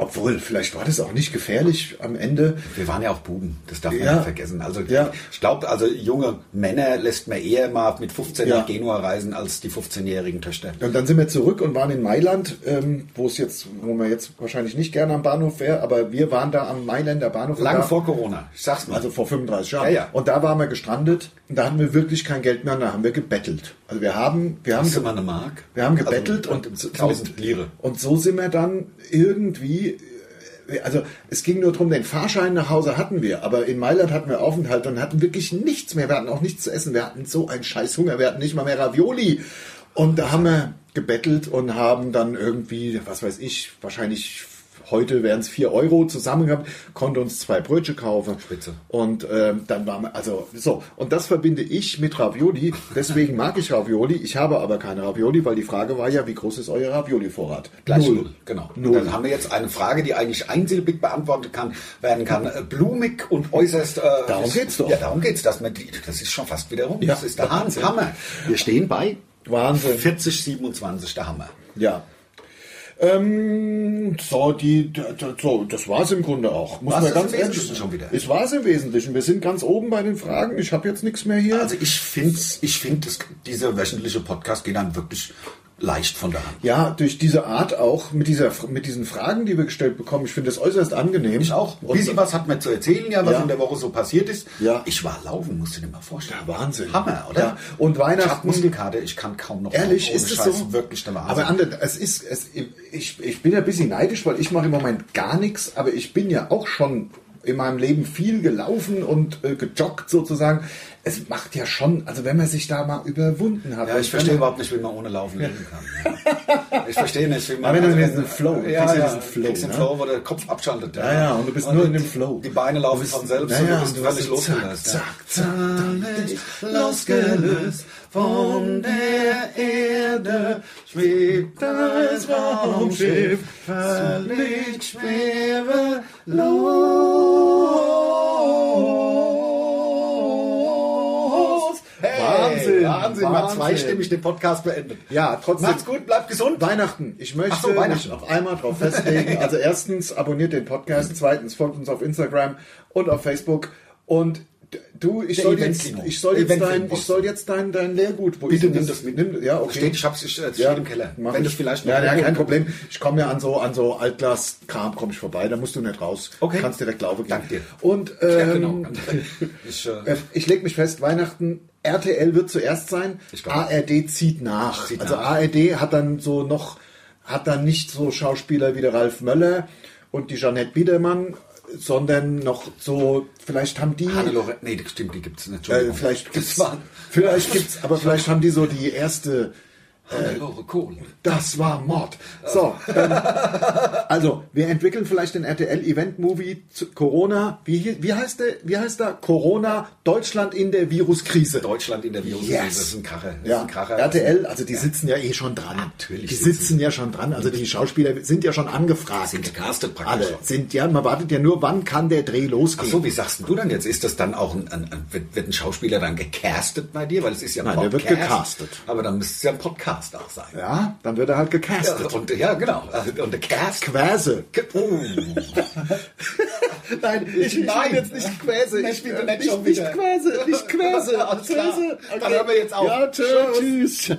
B: obwohl, vielleicht war das auch nicht gefährlich am Ende.
A: Wir waren ja auch Buben, das darf man
B: Ja.
A: nicht vergessen. Also
B: Ja.
A: ich glaube, also junge Männer lässt man eher mal mit 15
B: Ja.
A: nach Genua reisen als die 15-jährigen Töchter.
B: Und dann sind wir zurück und waren in Mailand, ähm, wo es jetzt, wo man jetzt wahrscheinlich nicht gerne am Bahnhof wäre, aber wir waren da am Mailänder Bahnhof. Und
A: Lang
B: da-
A: vor Corona, ich sag's mal.
B: Also vor 35 Jahren.
A: Ja, ja.
B: Und da waren wir gestrandet und da hatten wir wirklich kein Geld mehr und da haben wir gebettelt. Also wir haben, wir haben,
A: Hast du mal eine Mark?
B: wir haben gebettelt
A: Also,
B: und, so-
A: 1000 Lire.
B: und so sind wir dann irgendwie, äh, also es ging nur darum, den Fahrschein nach Hause hatten wir, aber in Mailand hatten wir Aufenthalt und hatten wirklich nichts mehr. Wir hatten auch nichts zu essen. Wir hatten so einen scheiß Hunger. Wir hatten nicht mal mehr Ravioli. Und da haben wir gebettelt und haben dann irgendwie, was weiß ich, wahrscheinlich heute wären es 4 Euro zusammen gehabt, konnte uns zwei Brötchen kaufen.
A: Spitze.
B: Und ähm, dann waren wir, also so, und das verbinde ich mit Ravioli. Deswegen mag ich Ravioli. Ich habe aber keine Ravioli, weil die Frage war ja, wie groß ist euer Ravioli-Vorrat?
A: Gleich null. Genau.
B: Null.
A: Dann haben wir jetzt eine Frage, die eigentlich einsilbig beantwortet kann, werden kann. Äh, Blumig und äußerst. Äh,
B: Darum geht's doch.
A: Ja, darum geht's. Dass man, die- das ist schon fast wieder rum.
B: Ja,
A: das ist der
B: Wahnsinn.
A: Wahnsinn. Hammer. Wir stehen bei
B: Wahnsinn.
A: 40, 27, der Hammer.
B: Ja. Ähm, so, die, d- d- so, das war es im Grunde auch. Muss
A: War's
B: man
A: das
B: ganz
A: im
B: ehrlich
A: Wesentlichen schon wieder?
B: Es war es im Wesentlichen. Wir sind ganz oben bei den Fragen. Ich habe jetzt nichts mehr hier.
A: Also ich finde, ich find, das, dieser wöchentliche Podcast geht dann wirklich leicht von der Hand.
B: ja, durch diese Art auch, mit, dieser, mit diesen Fragen, die wir gestellt bekommen, ich finde das äußerst angenehm.
A: Ich auch. Ein bisschen was hat man zu erzählen, ja, was
B: Ja.
A: in der Woche so passiert ist.
B: Ja.
A: Ich war laufen, musst du dir mal vorstellen.
B: Ja, Wahnsinn.
A: Hammer, oder?
B: Ja. Und
A: Ich hab
B: Weihnachten-
A: Muskelkater, ich kann kaum noch
B: Ehrlich,
A: ohne
B: ist es
A: Scheiß,
B: so?
A: wirklich der Wahnsinn.
B: Aber Ander, es ist, es, ich, ich bin ja ein bisschen neidisch, weil ich mache im Moment gar nichts, aber ich bin ja auch schon in meinem Leben viel gelaufen und äh, gejoggt sozusagen. Es macht ja schon, also wenn man sich da mal überwunden hat.
A: Ja, ich verstehe überhaupt nicht, wie man ohne Laufen leben kann. Ich verstehe nicht, wie man.
B: Aber wenn du
A: also,
B: diesen Flow, du
A: ja,
B: kriegst ja
A: ja,
B: diesen Flow,
A: kriegst den
B: ne?
A: Flow, wo der Kopf abschaltet.
B: Ja, ja, und du bist nur in dem Flow.
A: Die Beine laufen von selbst und du bist
B: und
A: völlig
B: bist so
A: losgelöst.
B: Zack,
A: ja.
B: zack,
A: völlig losgelöst von der Erde schwebt das Raumschiff, völlig schwerelos.
B: Wahnsinn,
A: Wahnsinn, Wahnsinn, mal
B: Wahnsinn.
A: zweistimmig den Podcast beendet.
B: Ja, trotzdem.
A: Macht's gut, bleibt gesund.
B: Weihnachten. Ich möchte
A: Ach so, Weihnachten
B: mich
A: noch.
B: auf einmal drauf festlegen. Also erstens abonniert den Podcast, zweitens folgt uns auf Instagram und auf Facebook und d- du, ich
A: Der
B: soll jetzt,
A: Eventfilm.
B: ich soll jetzt
A: Eventfilm
B: dein, ich
A: posten.
B: soll jetzt dein, dein Lehrgut, wo
A: Bitte
B: ist denn
A: nimm das mit.
B: Nimm, ja, okay.
A: Steht, ich hab's, ich, es
B: ja,
A: steht im Keller.
B: mach
A: Wenn
B: ich.
A: du vielleicht noch
B: ja, ja,
A: irgendwo-
B: kein Problem. Ich komme ja an so an so Altglas-Kram komme ich vorbei. Da musst du nicht raus.
A: Okay.
B: Kannst direkt laufen gehen.
A: Dank dir.
B: Und ähm,
A: Ja, genau. Ich, äh,
B: Äh, Ich lege mich fest, Weihnachten, RTL wird zuerst sein,
A: Ich glaub.
B: ARD zieht nach.
A: Zieht
B: also
A: nach.
B: ARD hat dann so noch, hat dann nicht so Schauspieler wie der Ralf Möller und die Jeanette Biedermann, sondern noch so, vielleicht haben die,
A: Hannelore, nee, das stimmt, die gibt's nicht.
B: äh,
A: Entschuldigung.
B: vielleicht gibt's,
A: das war
B: vielleicht gibt's, aber vielleicht haben die so die erste,
A: Hannelore Kohl.
B: das war Mord. So, ähm, also wir entwickeln vielleicht den RTL Event Movie zu Corona. Wie, hie- wie heißt der? Wie heißt der? Corona Deutschland in der Viruskrise.
A: Deutschland in der Virus.
B: Yes.
A: Das ist ein Kracher. Das ist
B: Ja,
A: ein Kracher. Ah,
B: RTL, also die sitzen ja eh schon dran.
A: Natürlich
B: Die
A: sitzen
B: sitzen ja schon dran. Also die Schauspieler sind ja schon angefragt.
A: Sind gecastet praktisch
B: Alle
A: schon.
B: sind ja, man wartet ja nur, wann kann der Dreh
A: Ach
B: losgehen.
A: so, wie sagst denn du dann jetzt? Ist das dann auch ein, ein, ein wird, wird ein Schauspieler dann gecastet bei dir? Weil es ist ja ein
B: Nein, der wird
A: Podcast.
B: gecastet.
A: Aber dann müsste es ja ein Podcast auch sein.
B: Ja, dann wird er halt gecastet.
A: Und ja, genau. Und der Cast.
B: Quäse.
A: Oh.
B: Nein, ich, ich
A: Nein.
B: will jetzt nicht Quäse.
A: Nee,
B: Ich,
A: bitte
B: äh,
A: nicht
B: nicht,
A: schon
B: nicht
A: wieder.
B: Quäse, nicht Quäse.
A: Alles klar.
B: Quäse.
A: Dann hören wir jetzt auf.
B: Ja, tschö, tschüss.